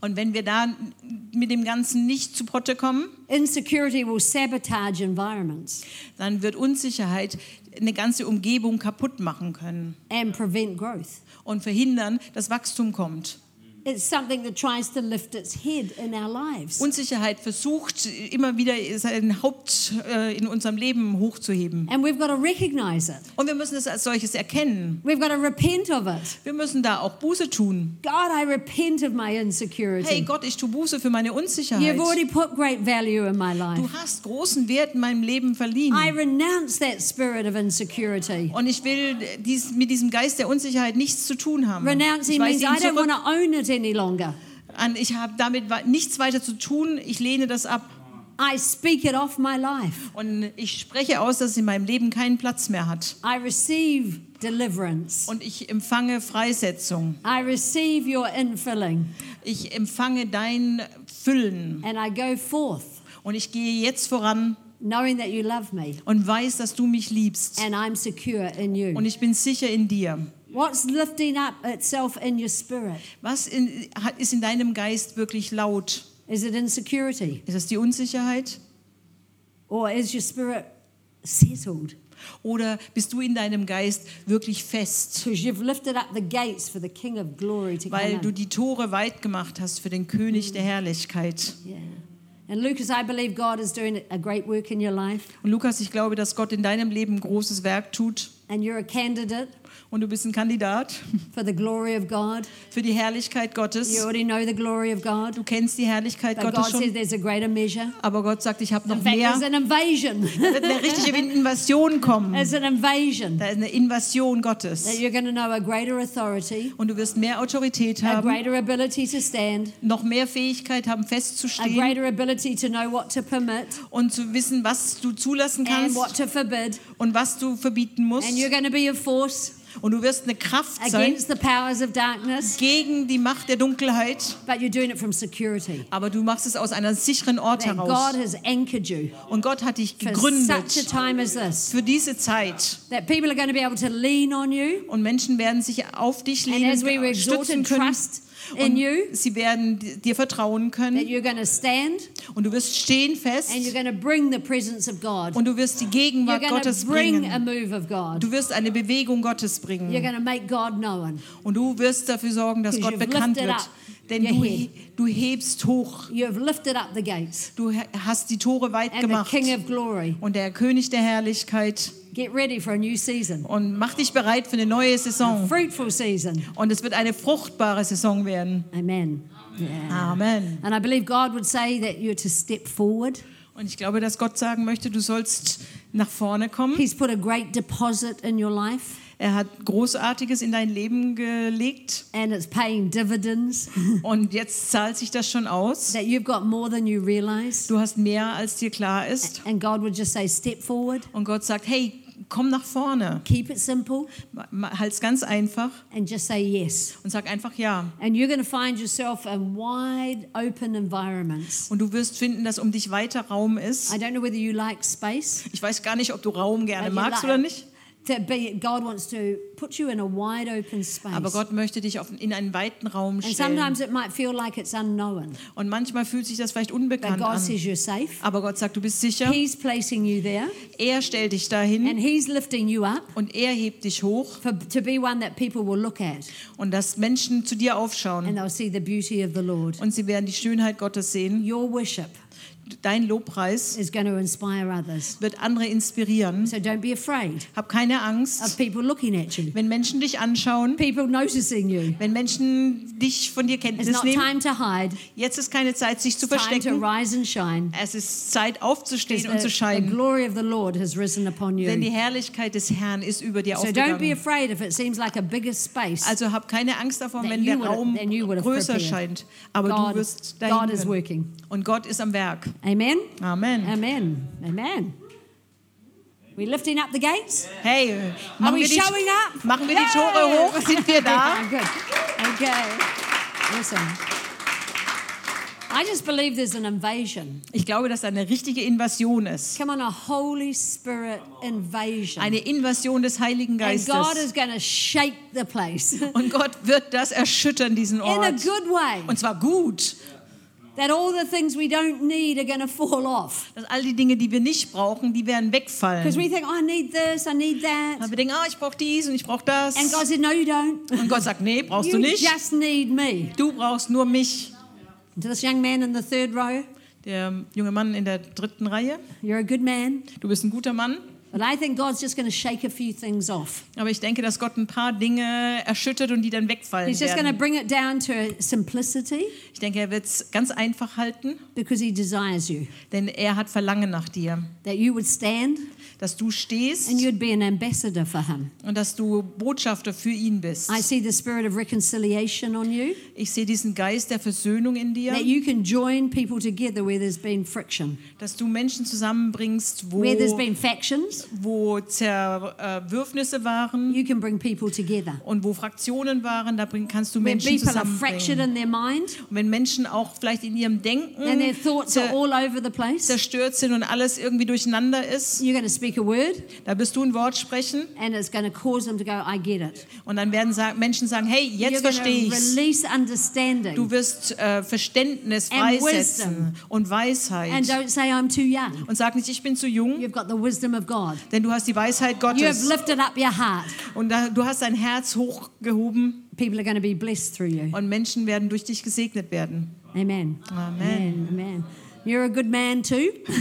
S3: Und wenn wir da mit dem Ganzen nicht zu Potte kommen,
S2: insecurity will sabotage environments
S3: dann wird Unsicherheit eine ganze Umgebung kaputt machen können
S2: and prevent growth.
S3: und verhindern, dass Wachstum kommt.
S2: It's something that tries to lift its head in our lives.
S3: Unsicherheit versucht immer wieder sein Haupt äh, in unserem Leben hochzuheben.
S2: And we've got to recognize it.
S3: Und wir müssen es als solches erkennen.
S2: We've got to repent of it.
S3: Wir müssen da auch Buße tun.
S2: God, I repent of my
S3: Hey
S2: insecurity.
S3: Gott, ich tue Buße für meine Unsicherheit.
S2: You've already put great value in my life.
S3: Du hast großen Wert in meinem Leben
S2: I
S3: verliehen.
S2: renounce that spirit of insecurity.
S3: Und ich will dies, mit diesem Geist der Unsicherheit nichts zu tun haben. Ich
S2: Renouncing
S3: weise
S2: means
S3: ihn
S2: I don't
S3: zurück
S2: want to own it any longer.
S3: an. Ich habe damit wa- nichts weiter zu tun. Ich lehne das ab.
S2: I speak it off my life.
S3: Und ich spreche aus, dass es in meinem Leben keinen Platz mehr hat.
S2: I receive deliverance.
S3: Und ich empfange Freisetzung.
S2: I receive your infilling.
S3: Ich empfange dein Füllen.
S2: And I go forth
S3: Und ich gehe jetzt voran
S2: knowing that you love me
S3: und weiß, dass du mich liebst.
S2: and I'm secure in you.
S3: Und ich bin sicher in dir.
S2: What's lifting up itself in your spirit?
S3: Was in, hat- ist in deinem Geist wirklich laut?
S2: Is it insecurity?
S3: Ist es die Unsicherheit?
S2: Or is your spirit settled?
S3: Oder bist du in deinem Geist wirklich fest,
S2: Because you've lifted up the gates for the King of Glory to come
S3: weil du
S2: in.
S3: die Tore weit gemacht hast für den
S2: Mhm.
S3: König der Herrlichkeit?
S2: Yeah. And Lucas, I believe God is doing a great work in your life,
S3: Und Lukas, ich glaube, dass Gott in deinem Leben großes Werk tut.
S2: and you're a candidate
S3: Und du bist ein Kandidat
S2: for the glory of God.
S3: für die Herrlichkeit
S2: You
S3: Gottes.
S2: already know the glory of God,
S3: Du kennst die Herrlichkeit
S2: but God
S3: Gottes
S2: says
S3: schon.
S2: there's a greater measure.
S3: Aber Gott sagt, ich habe noch
S2: In fact,
S3: mehr.
S2: there's an invasion.
S3: Da wird eine richtige Invasion kommen.
S2: there's an invasion
S3: Da ist eine Invasion
S2: that
S3: Gottes.
S2: you're going to know a greater authority,
S3: Und du wirst mehr Autorität
S2: a
S3: haben,
S2: greater ability to stand,
S3: noch mehr Fähigkeit haben,
S2: a
S3: festzustehen
S2: greater ability to know what to permit
S3: und zu wissen, was du zulassen
S2: and
S3: kannst
S2: what to forbid.
S3: und was du verbieten musst.
S2: And you're going to be a force
S3: Und du wirst eine Kraft sein
S2: against the powers of darkness,
S3: gegen die Macht der Dunkelheit.
S2: but you're doing it from security.
S3: Aber du machst es aus einem sicheren Ort
S2: That God
S3: heraus.
S2: has anchored you
S3: Und Gott hat dich
S2: for such a
S3: gegründet
S2: time as this
S3: für diese Zeit.
S2: that people are going to be able to lean on you.
S3: Und Menschen werden sich auf dich
S2: And
S3: lehnen,
S2: as we were exhort
S3: stützen
S2: and
S3: können.
S2: trust in you,
S3: Und sie werden di- dir vertrauen
S2: that
S3: können.
S2: you're going to stand
S3: Und du wirst stehen
S2: and you're
S3: fest.
S2: going to bring the presence of God.
S3: Und du wirst die
S2: You're
S3: Gegenwart
S2: going to
S3: Gottes
S2: bring a
S3: bringen.
S2: move of God.
S3: Du wirst eine Bewegung Gottes
S2: You're
S3: bringen.
S2: going to make God known.
S3: Und du wirst dafür sorgen, dass
S2: Because
S3: Gott
S2: you've
S3: bekannt
S2: lifted
S3: wird.
S2: up
S3: Denn
S2: your
S3: du,
S2: head.
S3: he- du hebst hoch.
S2: You have lifted up the gates
S3: Du he- hast die Tore weit
S2: and the
S3: gemacht.
S2: King of glory.
S3: Und der König der Herrlichkeit.
S2: Get ready for a new season,
S3: Und mach dich bereit für eine neue Saison.
S2: fruitful season.
S3: Und es wird eine fruchtbare Saison werden.
S2: Amen. Yeah.
S3: Amen.
S2: And I believe God would say that you're to step forward.
S3: Und ich glaube, dass Gott sagen möchte, du sollst nach vorne kommen.
S2: He's put a great deposit in your life.
S3: Er hat Großartiges in dein Leben gelegt
S2: and it's paying dividends
S3: und jetzt zahlt sich das schon aus.
S2: that you've got more than you realize.
S3: Du hast mehr, als dir klar ist.
S2: And God would just say, step forward,
S3: Und Gott sagt, hey, komm nach vorne.
S2: keep it simple,
S3: Ma- ma- Halt's ganz einfach
S2: and just say yes.
S3: und sag einfach ja.
S2: And you're going to find yourself in wide open environments.
S3: Und du wirst finden, dass um dich weiter Raum ist.
S2: I don't know whether you like space.
S3: Ich weiß gar nicht, ob du Raum gerne
S2: but you
S3: magst
S2: like-
S3: oder nicht.
S2: To be, God wants to put you in a wide open space.
S3: Aber Gott möchte dich auf, in einen weiten Raum
S2: and
S3: stellen.
S2: sometimes it might feel like it's unknown,
S3: Und manchmal fühlt sich das vielleicht
S2: but
S3: unbekannt
S2: God
S3: an.
S2: says you're safe.
S3: Aber Gott sagt, du bist sicher.
S2: He's placing you there,
S3: Er stellt dich dahin
S2: and He's lifting you up
S3: und er hebt dich hoch
S2: for, to be one that people will look at
S3: und dass Menschen zu dir aufschauen.
S2: and they'll see the beauty of the Lord.
S3: und sie werden die Schönheit Gottes sehen.
S2: Your worship
S3: Dein Lobpreis
S2: is going to inspire others.
S3: wird andere inspirieren.
S2: So don't be afraid
S3: Hab keine
S2: of
S3: Angst,
S2: people looking at you,
S3: wenn Menschen dich anschauen,
S2: people noticing you.
S3: wenn Menschen dich von dir
S2: It's
S3: Kenntnis
S2: not time
S3: nehmen.
S2: to hide.
S3: Jetzt ist keine Zeit, sich zu
S2: It's time to
S3: verstecken.
S2: rise and shine.
S3: Es ist Zeit,
S2: 'cause
S3: aufzustehen und
S2: The,
S3: zu
S2: the
S3: scheinen.
S2: glory of the Lord has risen upon
S3: Denn die
S2: you.
S3: Herrlichkeit des Herrn ist über dir
S2: So don't be
S3: aufgegangen.
S2: afraid if it seems like a bigger space.
S3: Also hab keine Angst davor,
S2: That
S3: wenn
S2: you
S3: der
S2: would've-
S3: Raum
S2: then you would've
S3: größer
S2: prepared.
S3: scheint. Aber
S2: God,
S3: du wirst
S2: God
S3: dahin
S2: is
S3: können.
S2: working.
S3: Und Gott ist am Werk.
S2: Amen?
S3: Amen.
S2: Amen. Amen. We lifting up the gates?
S3: Hey,
S2: Are
S3: machen
S2: we
S3: wir die,
S2: showing up?
S3: machen wir die
S2: Yay!
S3: Tore hoch? Sind wir da?
S2: Yeah, good. Okay. Awesome. I just believe there's an invasion.
S3: Ich glaube, dass da eine richtige Invasion ist.
S2: Come on, a Holy Spirit invasion.
S3: Eine Invasion des Heiligen
S2: and God
S3: Geistes.
S2: is going to shake the place in
S3: Und Gott wird das erschüttern, diesen
S2: a
S3: Ort.
S2: good way.
S3: Und zwar gut.
S2: That all the things we don't need are going to fall off.
S3: Dass all die Dinge, die wir nicht brauchen, die werden
S2: Because
S3: wegfallen.
S2: we think, oh, I need this, I need that.
S3: Und wir denken, ah, ich brauche dies und ich brauche das.
S2: And God said, no, you don't.
S3: Und Gott sagt, nee, brauchst du
S2: You
S3: nicht.
S2: just need me.
S3: Du brauchst nur mich.
S2: And to this young man in the third row,
S3: Der junge Mann in der dritten Reihe.
S2: you're a good man.
S3: Du bist ein guter Mann.
S2: But I think God's just going to shake a few things off.
S3: Aber ich denke, dass Gott ein paar Dinge erschüttert und die dann wegfallen
S2: He's just going to
S3: werden.
S2: bring it down to simplicity
S3: Ich denke, er wird es ganz einfach halten,
S2: because he desires you.
S3: denn er hat Verlangen nach dir.
S2: That you would stand
S3: Dass du stehst
S2: and you'd be an ambassador for him.
S3: und dass du Botschafter für ihn bist.
S2: I see the spirit of reconciliation on you.
S3: Ich sehe diesen Geist der Versöhnung in dir,
S2: That you can join people together where there's been friction,
S3: dass du Menschen zusammenbringst, wo,
S2: where there's been factions.
S3: wo Zerwürfnisse waren
S2: You can bring people together.
S3: und wo Fraktionen waren. Da bring, kannst du
S2: Where
S3: Menschen
S2: people are fractured
S3: zusammenbringen.
S2: in their mind
S3: Und wenn Menschen auch vielleicht in ihrem
S2: and their
S3: Denken
S2: thoughts are
S3: zer
S2: all over Mm. the place,
S3: zerstört sind und alles irgendwie durcheinander ist,
S2: you're going to speak a word
S3: da wirst du ein Wort sprechen.
S2: and it's going to cause them to go, I get it.
S3: Und dann werden sa Menschen sagen, hey,
S2: You're
S3: jetzt
S2: going
S3: verstehe
S2: to
S3: ich's.
S2: release
S3: Du
S2: understanding
S3: wirst äh, Verständnis
S2: Mm. And
S3: freisetzen und
S2: and uh,
S3: Weisheit.
S2: don't say, I'm too young.
S3: Und sag nicht, ich bin zu jung,
S2: You've got the wisdom of God.
S3: denn du hast die Weisheit
S2: You have
S3: Gottes.
S2: lifted up your heart.
S3: Und da, du hast dein Herz hochgehoben
S2: People are going to be blessed through you.
S3: und Menschen werden durch dich gesegnet werden.
S2: Amen.
S3: Amen.
S2: Amen. Amen. You're a good man too.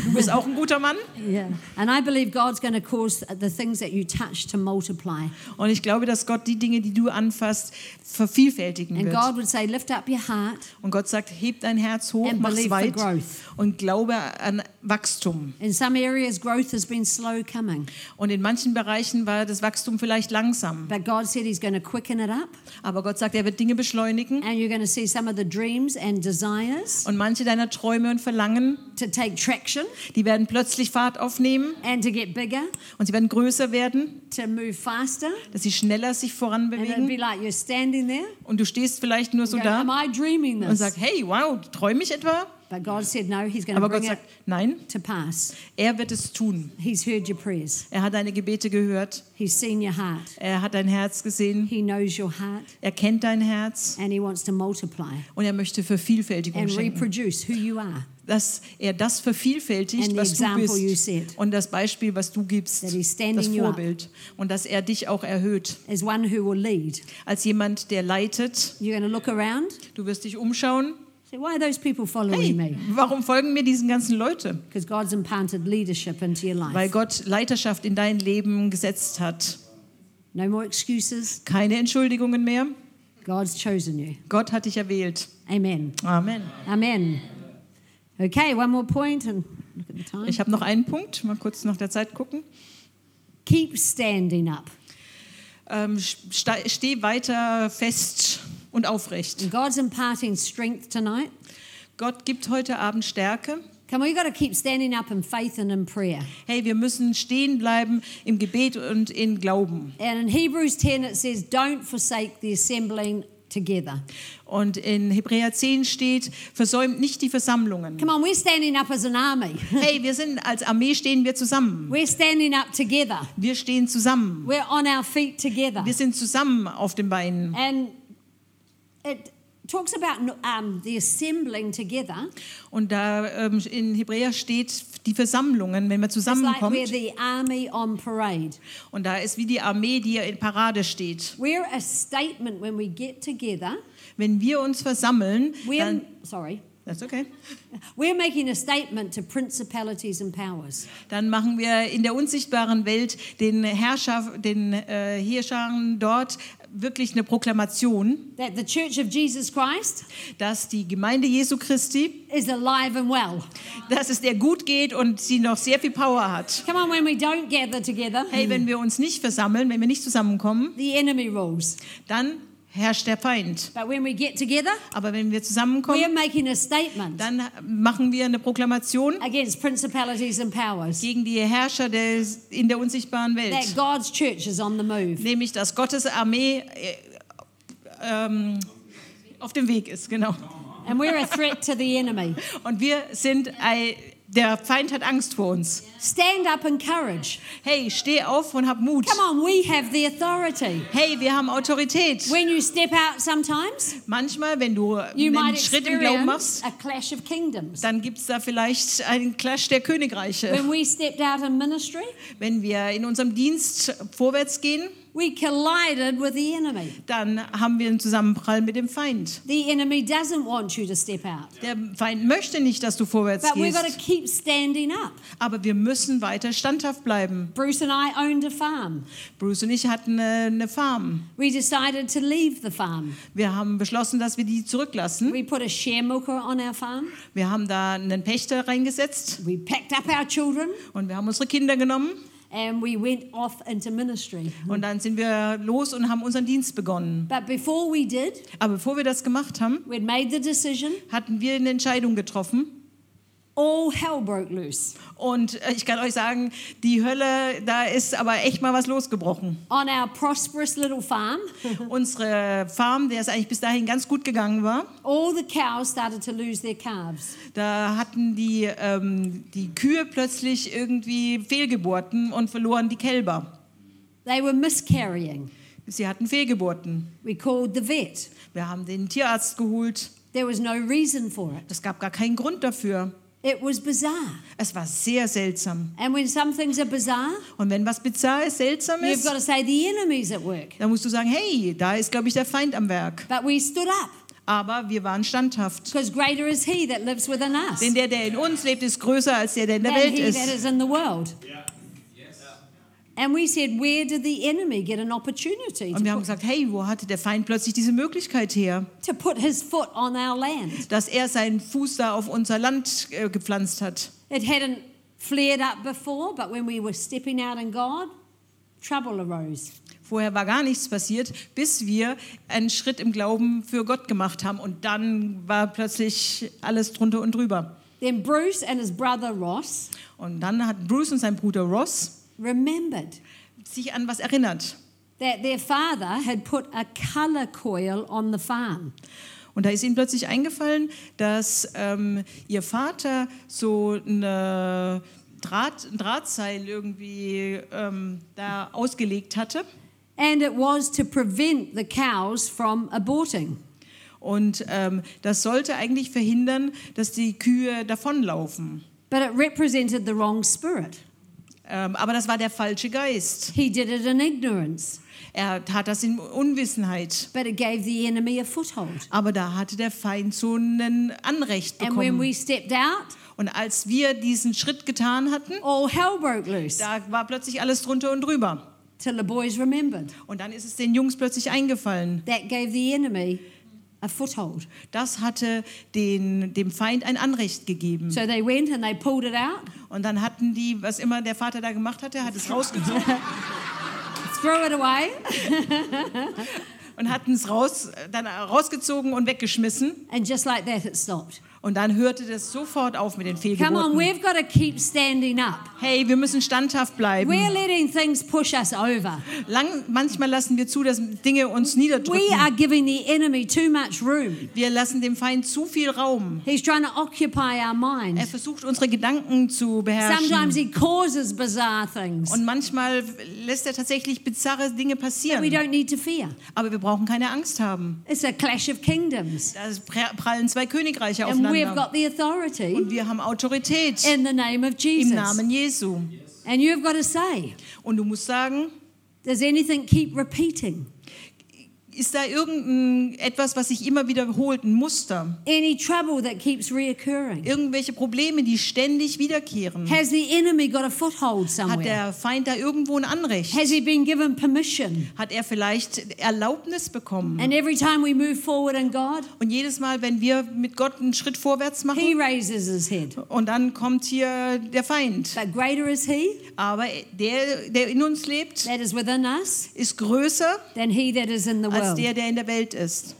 S3: Du bist auch ein guter Mann.
S2: yeah. And I believe God's going to cause the things that you touch to multiply.
S3: Und ich glaube, dass Gott die Dinge, die du anfasst, vervielfältigen
S2: And
S3: wird.
S2: God would say, lift up your heart
S3: Und Gott sagt, heb dein Herz hoch,
S2: And
S3: mach's
S2: believe for
S3: weit
S2: growth.
S3: und glaube an Wachstum.
S2: In some areas, growth has been slow coming,
S3: Und in manchen Bereichen war das Wachstum vielleicht langsam.
S2: but God said He's going to quicken it up,
S3: Aber Gott sagt, er wird Dinge beschleunigen
S2: and you're going to see some of the dreams and desires
S3: und manche deiner Träume und Verlangen,
S2: to take traction
S3: die werden plötzlich Fahrt aufnehmen
S2: and to get bigger,
S3: und sie werden größer werden,
S2: to move faster.
S3: dass sie schneller sich
S2: And it'd be
S3: voranbewegen.
S2: like you're standing there,
S3: Und du stehst vielleicht nur so
S2: going, Am
S3: da
S2: I dreaming
S3: und
S2: this?
S3: sagst, hey, wow, träume ich etwa?
S2: But God said, No, He's going to
S3: Aber Gott
S2: bring it
S3: sagt, nein,
S2: to pass.
S3: er wird es tun.
S2: He's heard your prayers,
S3: Er hat deine Gebete gehört,
S2: He's seen your heart,
S3: er hat dein Herz gesehen,
S2: He knows your heart,
S3: er kennt dein Herz
S2: and He wants to multiply
S3: und er möchte Vervielfältigung
S2: and
S3: schenken.
S2: reproduce who you are,
S3: Dass er das vervielfältigt,
S2: And the
S3: was du
S2: example you
S3: bist
S2: set.
S3: und das Beispiel, was du gibst,
S2: That he's standing
S3: das
S2: you up.
S3: Vorbild und dass er dich auch erhöht.
S2: as one who will lead.
S3: als jemand, der leitet.
S2: You're going to look around,
S3: Du wirst dich umschauen.
S2: say, Why are those people following
S3: Hey,
S2: me?
S3: warum folgen mir diesen ganzen Leute?
S2: Because God's implanted leadership into your life.
S3: Weil Gott Leiterschaft in dein Leben gesetzt hat.
S2: no more excuses.
S3: Keine Entschuldigungen mehr.
S2: God's chosen you.
S3: Gott hat dich erwählt.
S2: Amen.
S3: Amen.
S2: Amen. Okay, one more point and look at the time.
S3: Ich habe noch einen Punkt. Mal kurz nach der Zeit gucken.
S2: Keep standing up.
S3: Ähm, sta- steh weiter fest und aufrecht.
S2: And God's imparting strength tonight.
S3: Gott gibt heute Abend Stärke.
S2: Come on, you've got to keep standing up in faith and in prayer.
S3: Hey, wir müssen stehen bleiben im Gebet und in Glauben.
S2: And in Hebrews 10, it says, Don't forsake the assembling together.
S3: Und in Hebräer 10 steht, versäumt nicht die Versammlungen.
S2: Come on, we're standing up as an army.
S3: Hey, wir sind als Armee stehen wir zusammen.
S2: We're standing up together.
S3: Wir stehen zusammen.
S2: We're on our feet together.
S3: Wir sind zusammen auf den Beinen.
S2: And it talks about um, the assembling together.
S3: Und da ähm, in Hebräer steht die Versammlungen, wenn man
S2: It's like we're
S3: zusammenkommt.
S2: the army on parade.
S3: Und da ist wie die Armee, die in Parade steht.
S2: We're a statement when we get together.
S3: Wenn wir uns versammeln,
S2: We're
S3: dann,
S2: sorry.
S3: that's okay,
S2: We're making a statement to principalities and powers.
S3: dann machen wir in der unsichtbaren Welt den Herrscher, den äh, Herrschern dort wirklich eine Proklamation,
S2: That the Church of Jesus Christ
S3: dass die Gemeinde Jesu Christi,
S2: is alive and well.
S3: dass es der gut geht und sie noch sehr viel Power hat.
S2: Come on, when we don't gather together,
S3: Hey, wenn wir uns nicht versammeln, wenn wir nicht zusammenkommen,
S2: the enemy rules.
S3: dann herrscht der Feind.
S2: But when we get together,
S3: Aber wenn wir
S2: we're
S3: zusammenkommen,
S2: making a statement
S3: dann machen wir eine Proklamation
S2: against principalities and powers
S3: gegen die Herrscher des, in der unsichtbaren
S2: that
S3: Welt.
S2: God's church is on the move.
S3: Nämlich, dass Gottes Armee äh, ähm, auf dem Weg ist, genau.
S2: And we're a threat to the enemy.
S3: Und wir sind, ei- der Feind hat Angst vor uns.
S2: Stand up and courage.
S3: Hey, steh auf und hab Mut.
S2: Come on, we have the authority.
S3: Hey, wir haben Autorität.
S2: When you step out sometimes,
S3: Manchmal, wenn du
S2: you
S3: einen
S2: might
S3: Schritt im Glauben
S2: experience
S3: machst,
S2: a clash of kingdoms.
S3: dann gibt es da vielleicht einen Clash der Königreiche.
S2: When we stepped out in ministry,
S3: Wenn wir in unserem Dienst vorwärts gehen,
S2: we collided with the enemy.
S3: dann haben wir einen Zusammenprall mit dem Feind.
S2: The enemy doesn't want you to step out.
S3: Der Feind möchte nicht, dass du vorwärts
S2: But we've got to
S3: gehst,
S2: keep standing up.
S3: aber wir müssen weiter standhaft bleiben.
S2: Bruce and I owned a farm.
S3: Bruce und ich hatten eine, eine Farm.
S2: We decided to leave the farm.
S3: Wir haben beschlossen, dass wir die zurücklassen.
S2: We put a sharemooker on our farm.
S3: Wir haben da einen Pächter reingesetzt
S2: We packed up our children
S3: und wir haben unsere Kinder genommen
S2: and we went off into ministry.
S3: und dann sind wir los und haben unseren Dienst begonnen.
S2: But before we did,
S3: Aber bevor wir das gemacht haben,
S2: we'd made the decision.
S3: hatten wir eine Entscheidung getroffen.
S2: All hell broke loose
S3: Und äh, ich kann euch sagen, die Hölle, da ist aber echt mal was losgebrochen.
S2: on our prosperous little farm.
S3: Unsere Farm, der es eigentlich bis dahin ganz gut gegangen war,
S2: All the cows started to lose their calves.
S3: da hatten die, ähm, die Kühe plötzlich irgendwie Fehlgeburten und verloren die Kälber.
S2: They were miscarrying.
S3: Sie hatten Fehlgeburten.
S2: We called the vet.
S3: Wir haben den Tierarzt geholt.
S2: There was no reason for it.
S3: Es gab gar keinen Grund dafür.
S2: It was bizarre.
S3: Es war sehr seltsam.
S2: And when some things are bizarre,
S3: Und wenn was bizarr ist, seltsam
S2: you've
S3: ist,
S2: got to say the enemy's at work.
S3: dann musst du sagen, hey, da ist, glaube ich, der Feind am Werk.
S2: But we stood up
S3: Aber wir waren standhaft.
S2: because greater is he that lives within us
S3: Denn der, der in uns lebt, ist größer als der, der in der
S2: than
S3: Welt
S2: he that
S3: ist.
S2: is in the world. And we said, where did the enemy get an opportunity
S3: Und wir
S2: to
S3: haben
S2: put,
S3: gesagt, hey, wo hatte der Feind plötzlich diese Möglichkeit her,
S2: to put his foot on our land?
S3: dass er seinen Fuß da auf unser Land äh, gepflanzt hat?
S2: It hadn't flared up before, but when we were stepping out in God, trouble arose.
S3: Vorher war gar nichts passiert, bis wir einen Schritt im Glauben für Gott gemacht haben. Und dann war plötzlich alles drunter und drüber.
S2: Then Bruce and his brother Ross
S3: Und dann hat Bruce und sein Bruder Ross
S2: remembered
S3: sich an was erinnert.
S2: that their father had put a colour coil on the farm.
S3: Und da ist ihnen plötzlich eingefallen, dass ähm, ihr Vater so eine Draht, ein Drahtseil irgendwie ähm, da ausgelegt hatte.
S2: And it was to prevent the cows from aborting.
S3: Und ähm, das sollte eigentlich verhindern, dass die Kühe davonlaufen.
S2: But it represented the wrong spirit.
S3: Ähm, aber das war der falsche Geist.
S2: He did it in ignorance,
S3: Er tat das in Unwissenheit.
S2: but it gave the enemy a foothold.
S3: Aber da hatte der Feind so ein Anrecht
S2: And when
S3: bekommen.
S2: we stepped out,
S3: Und als wir diesen Schritt getan hatten,
S2: all hell broke loose
S3: da war plötzlich alles drunter und drüber.
S2: till the boys remembered.
S3: Und dann ist es den Jungs plötzlich eingefallen.
S2: That gave the enemy a foothold.
S3: Das hatte den, dem Feind ein Anrecht gegeben.
S2: So they went and they pulled it out,
S3: Und dann hatten die, was immer der Vater da gemacht hatte, hat es rausgezogen
S2: threw it away,
S3: und hatten es raus, dann rausgezogen und weggeschmissen.
S2: and just like that, it stopped.
S3: Und dann hörte das sofort auf mit den
S2: Come on,
S3: Fehlgeburten.
S2: we've got to keep standing up.
S3: Hey, wir müssen standhaft bleiben.
S2: We're letting things push us over.
S3: Lang, manchmal lassen wir zu, dass Dinge uns
S2: We
S3: niederdrücken.
S2: are giving the enemy too much room.
S3: Wir lassen dem Feind zu viel Raum.
S2: He's trying to occupy our
S3: Er
S2: minds.
S3: versucht, unsere Gedanken zu
S2: Sometimes
S3: beherrschen.
S2: he causes bizarre things.
S3: Und manchmal lässt er tatsächlich bizarre Dinge
S2: We
S3: passieren.
S2: don't need to fear.
S3: Aber wir brauchen keine Angst haben.
S2: It's a clash of kingdoms.
S3: Da pre- prallen zwei Königreiche
S2: And we've
S3: aufeinander.
S2: got the authority
S3: Und wir haben Autorität
S2: in the name of
S3: im
S2: Jesus.
S3: Namen Jesu.
S2: And you've got to say,
S3: Und du musst sagen,
S2: does anything keep repeating?
S3: ist da irgendein etwas, was sich immer wiederholt, ein Muster?
S2: Any trouble that keeps reoccurring?
S3: Irgendwelche Probleme, die ständig wiederkehren?
S2: Has the enemy got a foothold
S3: Hat
S2: somewhere?
S3: der Feind da irgendwo ein Anrecht?
S2: Has he been given permission?
S3: Hat er vielleicht Erlaubnis bekommen?
S2: And every time we move forward in God,
S3: Und jedes Mal, wenn wir mit Gott einen Schritt vorwärts machen,
S2: he raises his head.
S3: und dann kommt hier der Feind.
S2: But greater is he
S3: Aber der, der in uns lebt,
S2: that is within us
S3: ist größer
S2: than he that is in the world.
S3: als der, der in der Welt ist.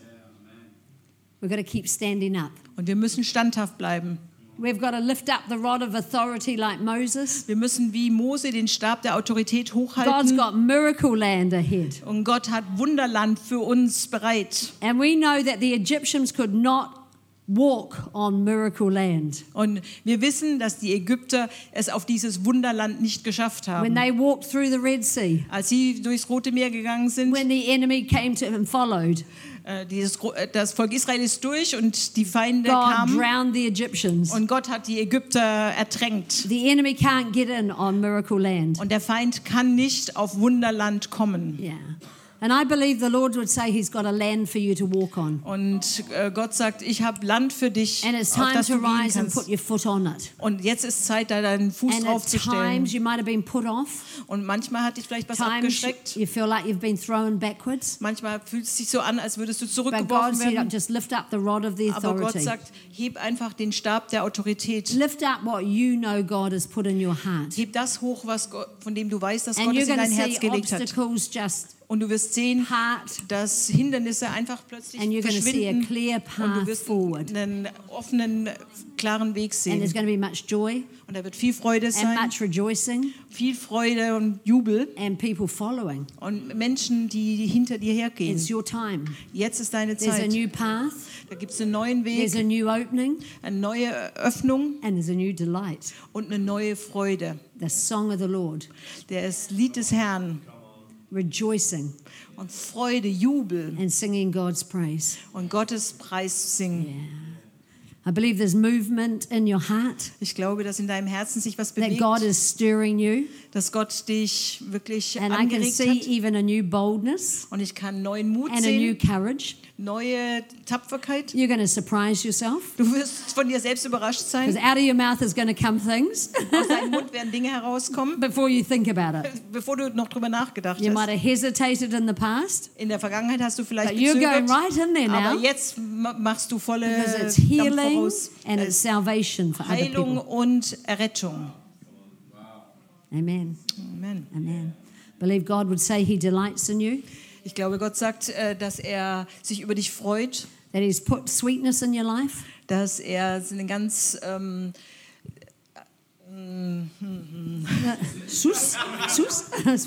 S2: We've got to keep standing up.
S3: Und wir müssen standhaft bleiben.
S2: We've got to lift up the rod of authority like Moses.
S3: Wir müssen wie Mose den Stab der Autorität
S2: God's
S3: hochhalten.
S2: got miracle land ahead.
S3: Und Gott hat Wunderland für uns bereit.
S2: And we know that the Egyptians could not walk on miracle land.
S3: Und wir wissen, dass die Ägypter es auf dieses Wunderland nicht geschafft
S2: When
S3: haben.
S2: they walked through the Red Sea,
S3: Als sie durchs Rote Meer gegangen sind,
S2: when the enemy came to and followed,
S3: äh, dieses, Gro- äh, das Volk Israel ist durch und die Feinde
S2: God
S3: kamen.
S2: drowned the Egyptians.
S3: Und Gott hat die Ägypter ertränkt.
S2: The enemy can't get in on miracle land.
S3: Und der Feind kann nicht auf Wunderland kommen.
S2: Yeah. And I believe the Lord would say He's got a land for you to walk on.
S3: Und äh, Gott sagt, ich habe Land für dich,
S2: And it's
S3: auf
S2: time
S3: das
S2: to
S3: du gehen
S2: rise and put
S3: kannst.
S2: your foot on it.
S3: Und jetzt ist Zeit, da deinen Fuß
S2: And at
S3: draufzustellen.
S2: times you might have been put off.
S3: Und manchmal hat dich vielleicht was
S2: Times
S3: abgeschreckt.
S2: you feel like you've been thrown backwards.
S3: Manchmal fühlt es sich so an, als würdest du
S2: But God
S3: zurückgeworfen
S2: said,
S3: werden.
S2: just lift up the rod of the
S3: Aber Gott
S2: authority.
S3: sagt, heb einfach den Stab der Autorität.
S2: Lift up what you know God has put in your heart.
S3: Heb das hoch, was Gott, von dem du weißt, dass
S2: And
S3: Gott
S2: you're
S3: es in
S2: going to
S3: dein Herz
S2: see
S3: gelegt hat.
S2: obstacles just
S3: Und du wirst sehen,
S2: part.
S3: dass Hindernisse einfach plötzlich
S2: And you're going to see a
S3: verschwinden.
S2: clear
S3: Und du
S2: path
S3: wirst
S2: forward.
S3: einen offenen, klaren Weg
S2: And there's
S3: sehen.
S2: going to be much joy
S3: Und da wird viel Freude
S2: and
S3: sein,
S2: much rejoicing
S3: viel Freude und Jubel.
S2: and people following.
S3: Und Menschen, die hinter dir hergehen.
S2: It's your time.
S3: Jetzt ist deine
S2: There's a
S3: Zeit.
S2: new path.
S3: Da gibt es einen neuen
S2: There's
S3: Weg,
S2: a new opening
S3: eine neue Öffnung
S2: and there's a new delight.
S3: und eine neue Freude.
S2: The song of the Lord,
S3: Das Lied des Herrn
S2: rejoicing
S3: und Freude, Jubel
S2: and singing God's praise.
S3: und Gottes Preis singen.
S2: I believe there's movement in your heart,
S3: Ich glaube, dass in deinem Herzen sich was
S2: that God
S3: bewegt,
S2: is stirring you.
S3: dass Gott dich wirklich
S2: And I can
S3: angeregt
S2: see
S3: hat.
S2: even a new boldness
S3: Und ich kann neuen Mut
S2: and a new
S3: sehen,
S2: courage.
S3: neue Tapferkeit.
S2: You're going to surprise yourself
S3: Du wirst von dir selbst überrascht
S2: because
S3: sein.
S2: out of your mouth is going to come things
S3: Aus deinem Mund werden Dinge herauskommen,
S2: before you think about it.
S3: bevor du noch drüber nachgedacht
S2: You might
S3: hast.
S2: have hesitated in the past,
S3: In der Vergangenheit hast du vielleicht
S2: but you're going
S3: gezögert,
S2: right in there
S3: aber
S2: now
S3: jetzt ma- machst du volle
S2: because it's
S3: Dampf
S2: healing
S3: voraus.
S2: and
S3: Es
S2: it's salvation for other
S3: Heilung
S2: people.
S3: und Errettung.
S2: Amen.
S3: Amen.
S2: Amen. Believe God would say He delights in you,
S3: Ich glaube, Gott sagt, äh, dass er sich über dich freut,
S2: that He's put sweetness in your life,
S3: dass er so eine ganz ähm,
S2: Sus, sus,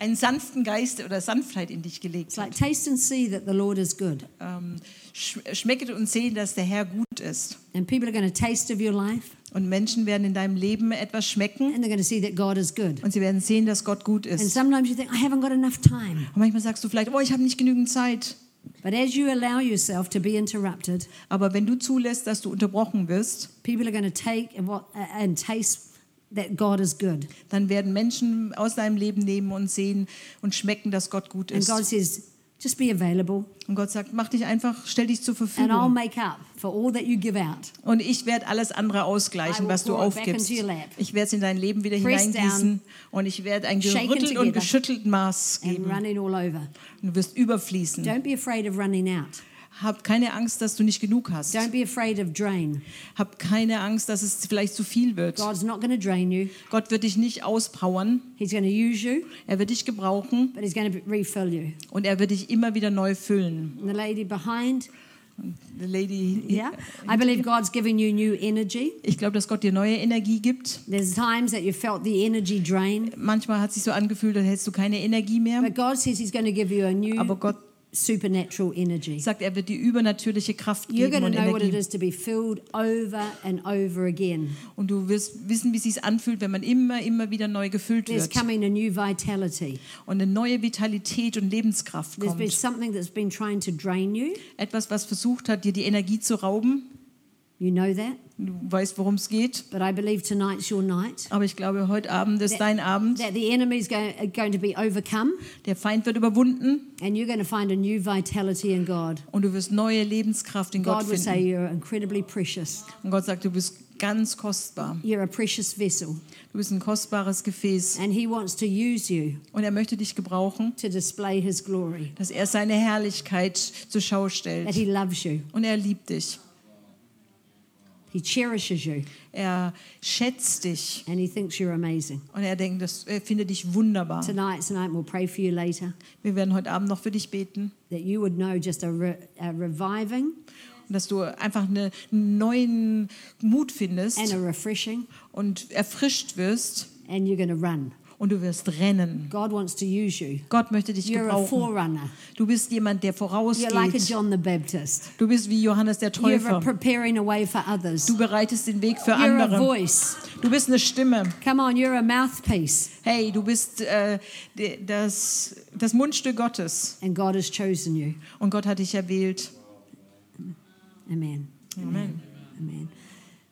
S3: einen sanften Geist oder Sanftheit in dich gelegt
S2: it's
S3: hat.
S2: like taste and see that the Lord is good.
S3: Ähm, sch schmecket und seht, dass der Herr gut ist.
S2: And people are going to taste of your life
S3: Und Menschen werden in deinem Leben etwas schmecken
S2: and they're going to see that God is good.
S3: und sie werden sehen, dass Gott gut
S2: And
S3: ist.
S2: sometimes you think, I haven't got enough time.
S3: Und manchmal sagst du vielleicht, oh, ich habe nicht genügend Zeit.
S2: But as you allow yourself to be interrupted,
S3: Aber wenn du zulässt, dass du unterbrochen wirst,
S2: people are going to take and, what, and taste that God is good.
S3: dann werden Menschen aus deinem Leben nehmen und sehen und schmecken, dass Gott gut
S2: And
S3: ist.
S2: God says, just be available
S3: Und Gott sagt, mach dich einfach, stell dich zur
S2: and I'll
S3: Verfügung.
S2: make up for all that you give out.
S3: Und ich werde alles andere
S2: I will
S3: ausgleichen, was du
S2: pour it back
S3: aufgibst.
S2: into your lap.
S3: Ich werde es in dein Leben wieder
S2: Press
S3: hineingießen und ich werde ein
S2: Shaken
S3: gerüttelt
S2: together.
S3: und geschüttelt Maß
S2: And
S3: geben.
S2: running all over.
S3: Du wirst überfließen.
S2: Don't be afraid of running out.
S3: Hab keine Angst, dass du nicht genug hast.
S2: Don't be afraid of drain.
S3: Hab keine Angst, dass es vielleicht zu viel wird.
S2: God's not going to drain you.
S3: Gott wird dich nicht auspowern.
S2: He's going to use you,
S3: Er wird dich gebrauchen
S2: but he's going to refill you.
S3: und er wird dich immer wieder neu füllen.
S2: And the lady behind,
S3: The Lady,
S2: yeah, I believe God's giving you new energy.
S3: ich glaube, dass Gott dir neue Energie gibt.
S2: There's times that you felt the energy drain,
S3: Manchmal hat es sich so angefühlt, als hättest du keine Energie mehr.
S2: but God says he's going to give you a
S3: Aber
S2: new
S3: Gott
S2: supernatural energy.
S3: sagt, er wird dir übernatürliche Kraft
S2: You're
S3: geben
S2: going to
S3: und
S2: know what it
S3: Energie.
S2: is to be filled over and over again.
S3: Und du wirst wissen, wie es sich anfühlt, wenn man immer, immer wieder neu gefüllt
S2: There's
S3: wird.
S2: coming a new vitality.
S3: Und eine neue Vitalität und Lebenskraft
S2: There's been
S3: kommt.
S2: something that's been trying to drain you.
S3: Etwas, was versucht hat, dir die Energie zu rauben.
S2: You know that.
S3: Du weißt, worum es geht.
S2: But I believe tonight's your night.
S3: Aber ich glaube, heute Abend
S2: Ne-
S3: ist dein Abend.
S2: That the enemy's go- going to be overcome,
S3: Der Feind wird überwunden
S2: and you're going to find a new vitality in God.
S3: und du wirst neue Lebenskraft in Gott
S2: God will say
S3: finden.
S2: you're incredibly precious.
S3: Und Gott sagt, du bist ganz kostbar.
S2: You're a precious vessel,
S3: Du bist ein kostbares Gefäß.
S2: and He wants to use you
S3: Und er möchte dich gebrauchen,
S2: to display His glory.
S3: dass er seine Herrlichkeit zur Schau
S2: That
S3: stellt.
S2: He loves you.
S3: Und er liebt dich.
S2: He cherishes you
S3: Er schätzt dich
S2: and he thinks you're amazing.
S3: und er denkt, das, er findet dich wunderbar.
S2: Tonight, tonight, we'll pray for you later
S3: Wir werden heute Abend noch für dich beten
S2: that you would know just a, re, a reviving
S3: und dass du einfach eine, einen neuen Mut
S2: and
S3: findest
S2: a refreshing,
S3: und erfrischt wirst
S2: and you're going to run.
S3: und du wirst rennen.
S2: God wants to use you.
S3: Gott möchte dich
S2: You're a
S3: gebrauchen.
S2: forerunner.
S3: Du bist jemand, der
S2: You're like a
S3: vorausgeht.
S2: John the Baptist.
S3: Du bist wie Johannes der
S2: You're
S3: Täufer.
S2: preparing a way for others.
S3: Du bereitest den Weg für
S2: You're a
S3: andere.
S2: voice.
S3: Du bist eine Stimme.
S2: Come on, you're a mouthpiece,
S3: Hey, du bist äh, de- das, das Mundstück Gottes.
S2: and God has chosen you.
S3: Und Gott hat dich erwählt.
S2: Amen.
S3: Amen.
S2: Amen.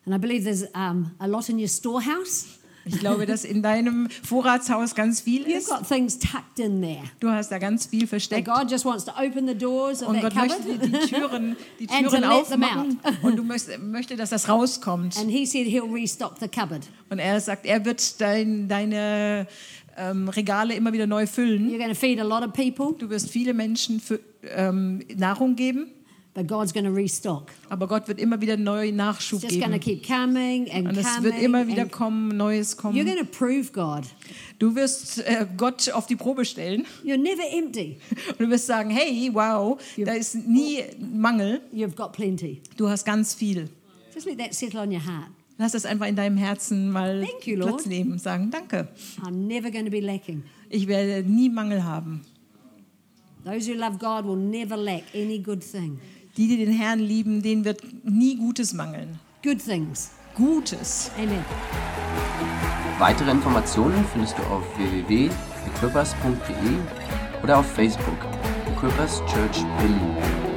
S2: And I believe there's um, a lot in your storehouse.
S3: Ich glaube, dass in deinem Vorratshaus ganz viel
S2: You've
S3: ist.
S2: got things tucked in there.
S3: Du hast da ganz viel
S2: That
S3: versteckt.
S2: God just wants to open the doors of
S3: Und
S2: that
S3: Gott möchte
S2: cupboard.
S3: die Türen, die
S2: And to
S3: Türen
S2: let them
S3: aufmachen. Und du möchtest, möchte, dass das rauskommt.
S2: And he said he'll restock the cupboard.
S3: Und er sagt, er wird dein, deine ähm, Regale immer wieder neu füllen.
S2: You're going to feed a lot of people,
S3: Du wirst viele Menschen für, ähm, Nahrung geben,
S2: but God's going to restock.
S3: aber Gott wird immer wieder neuen Nachschub
S2: It's just going to
S3: geben.
S2: keep coming and
S3: Und es
S2: coming.
S3: wird immer wieder
S2: and
S3: kommen, Neues
S2: you're
S3: kommen.
S2: going to prove God.
S3: Du wirst äh, Gott auf die Probe stellen
S2: You're never empty.
S3: und du wirst sagen, hey, wow, da ist nie Mangel,
S2: You've got plenty.
S3: du hast ganz viel.
S2: Just let that settle on your heart.
S3: Lass das einfach in deinem Herzen mal
S2: Thank you, Lord.
S3: Platz nehmen und sagen, danke,
S2: I'm never going to be lacking.
S3: ich werde nie Mangel haben.
S2: Those who love God will never lack any good thing.
S3: Die, die den Herrn lieben, denen wird nie Gutes mangeln.
S2: Good things.
S3: Gutes.
S2: Amen.
S1: Weitere Informationen findest du auf www.equippers.de oder auf Facebook Equippers Church Berlin.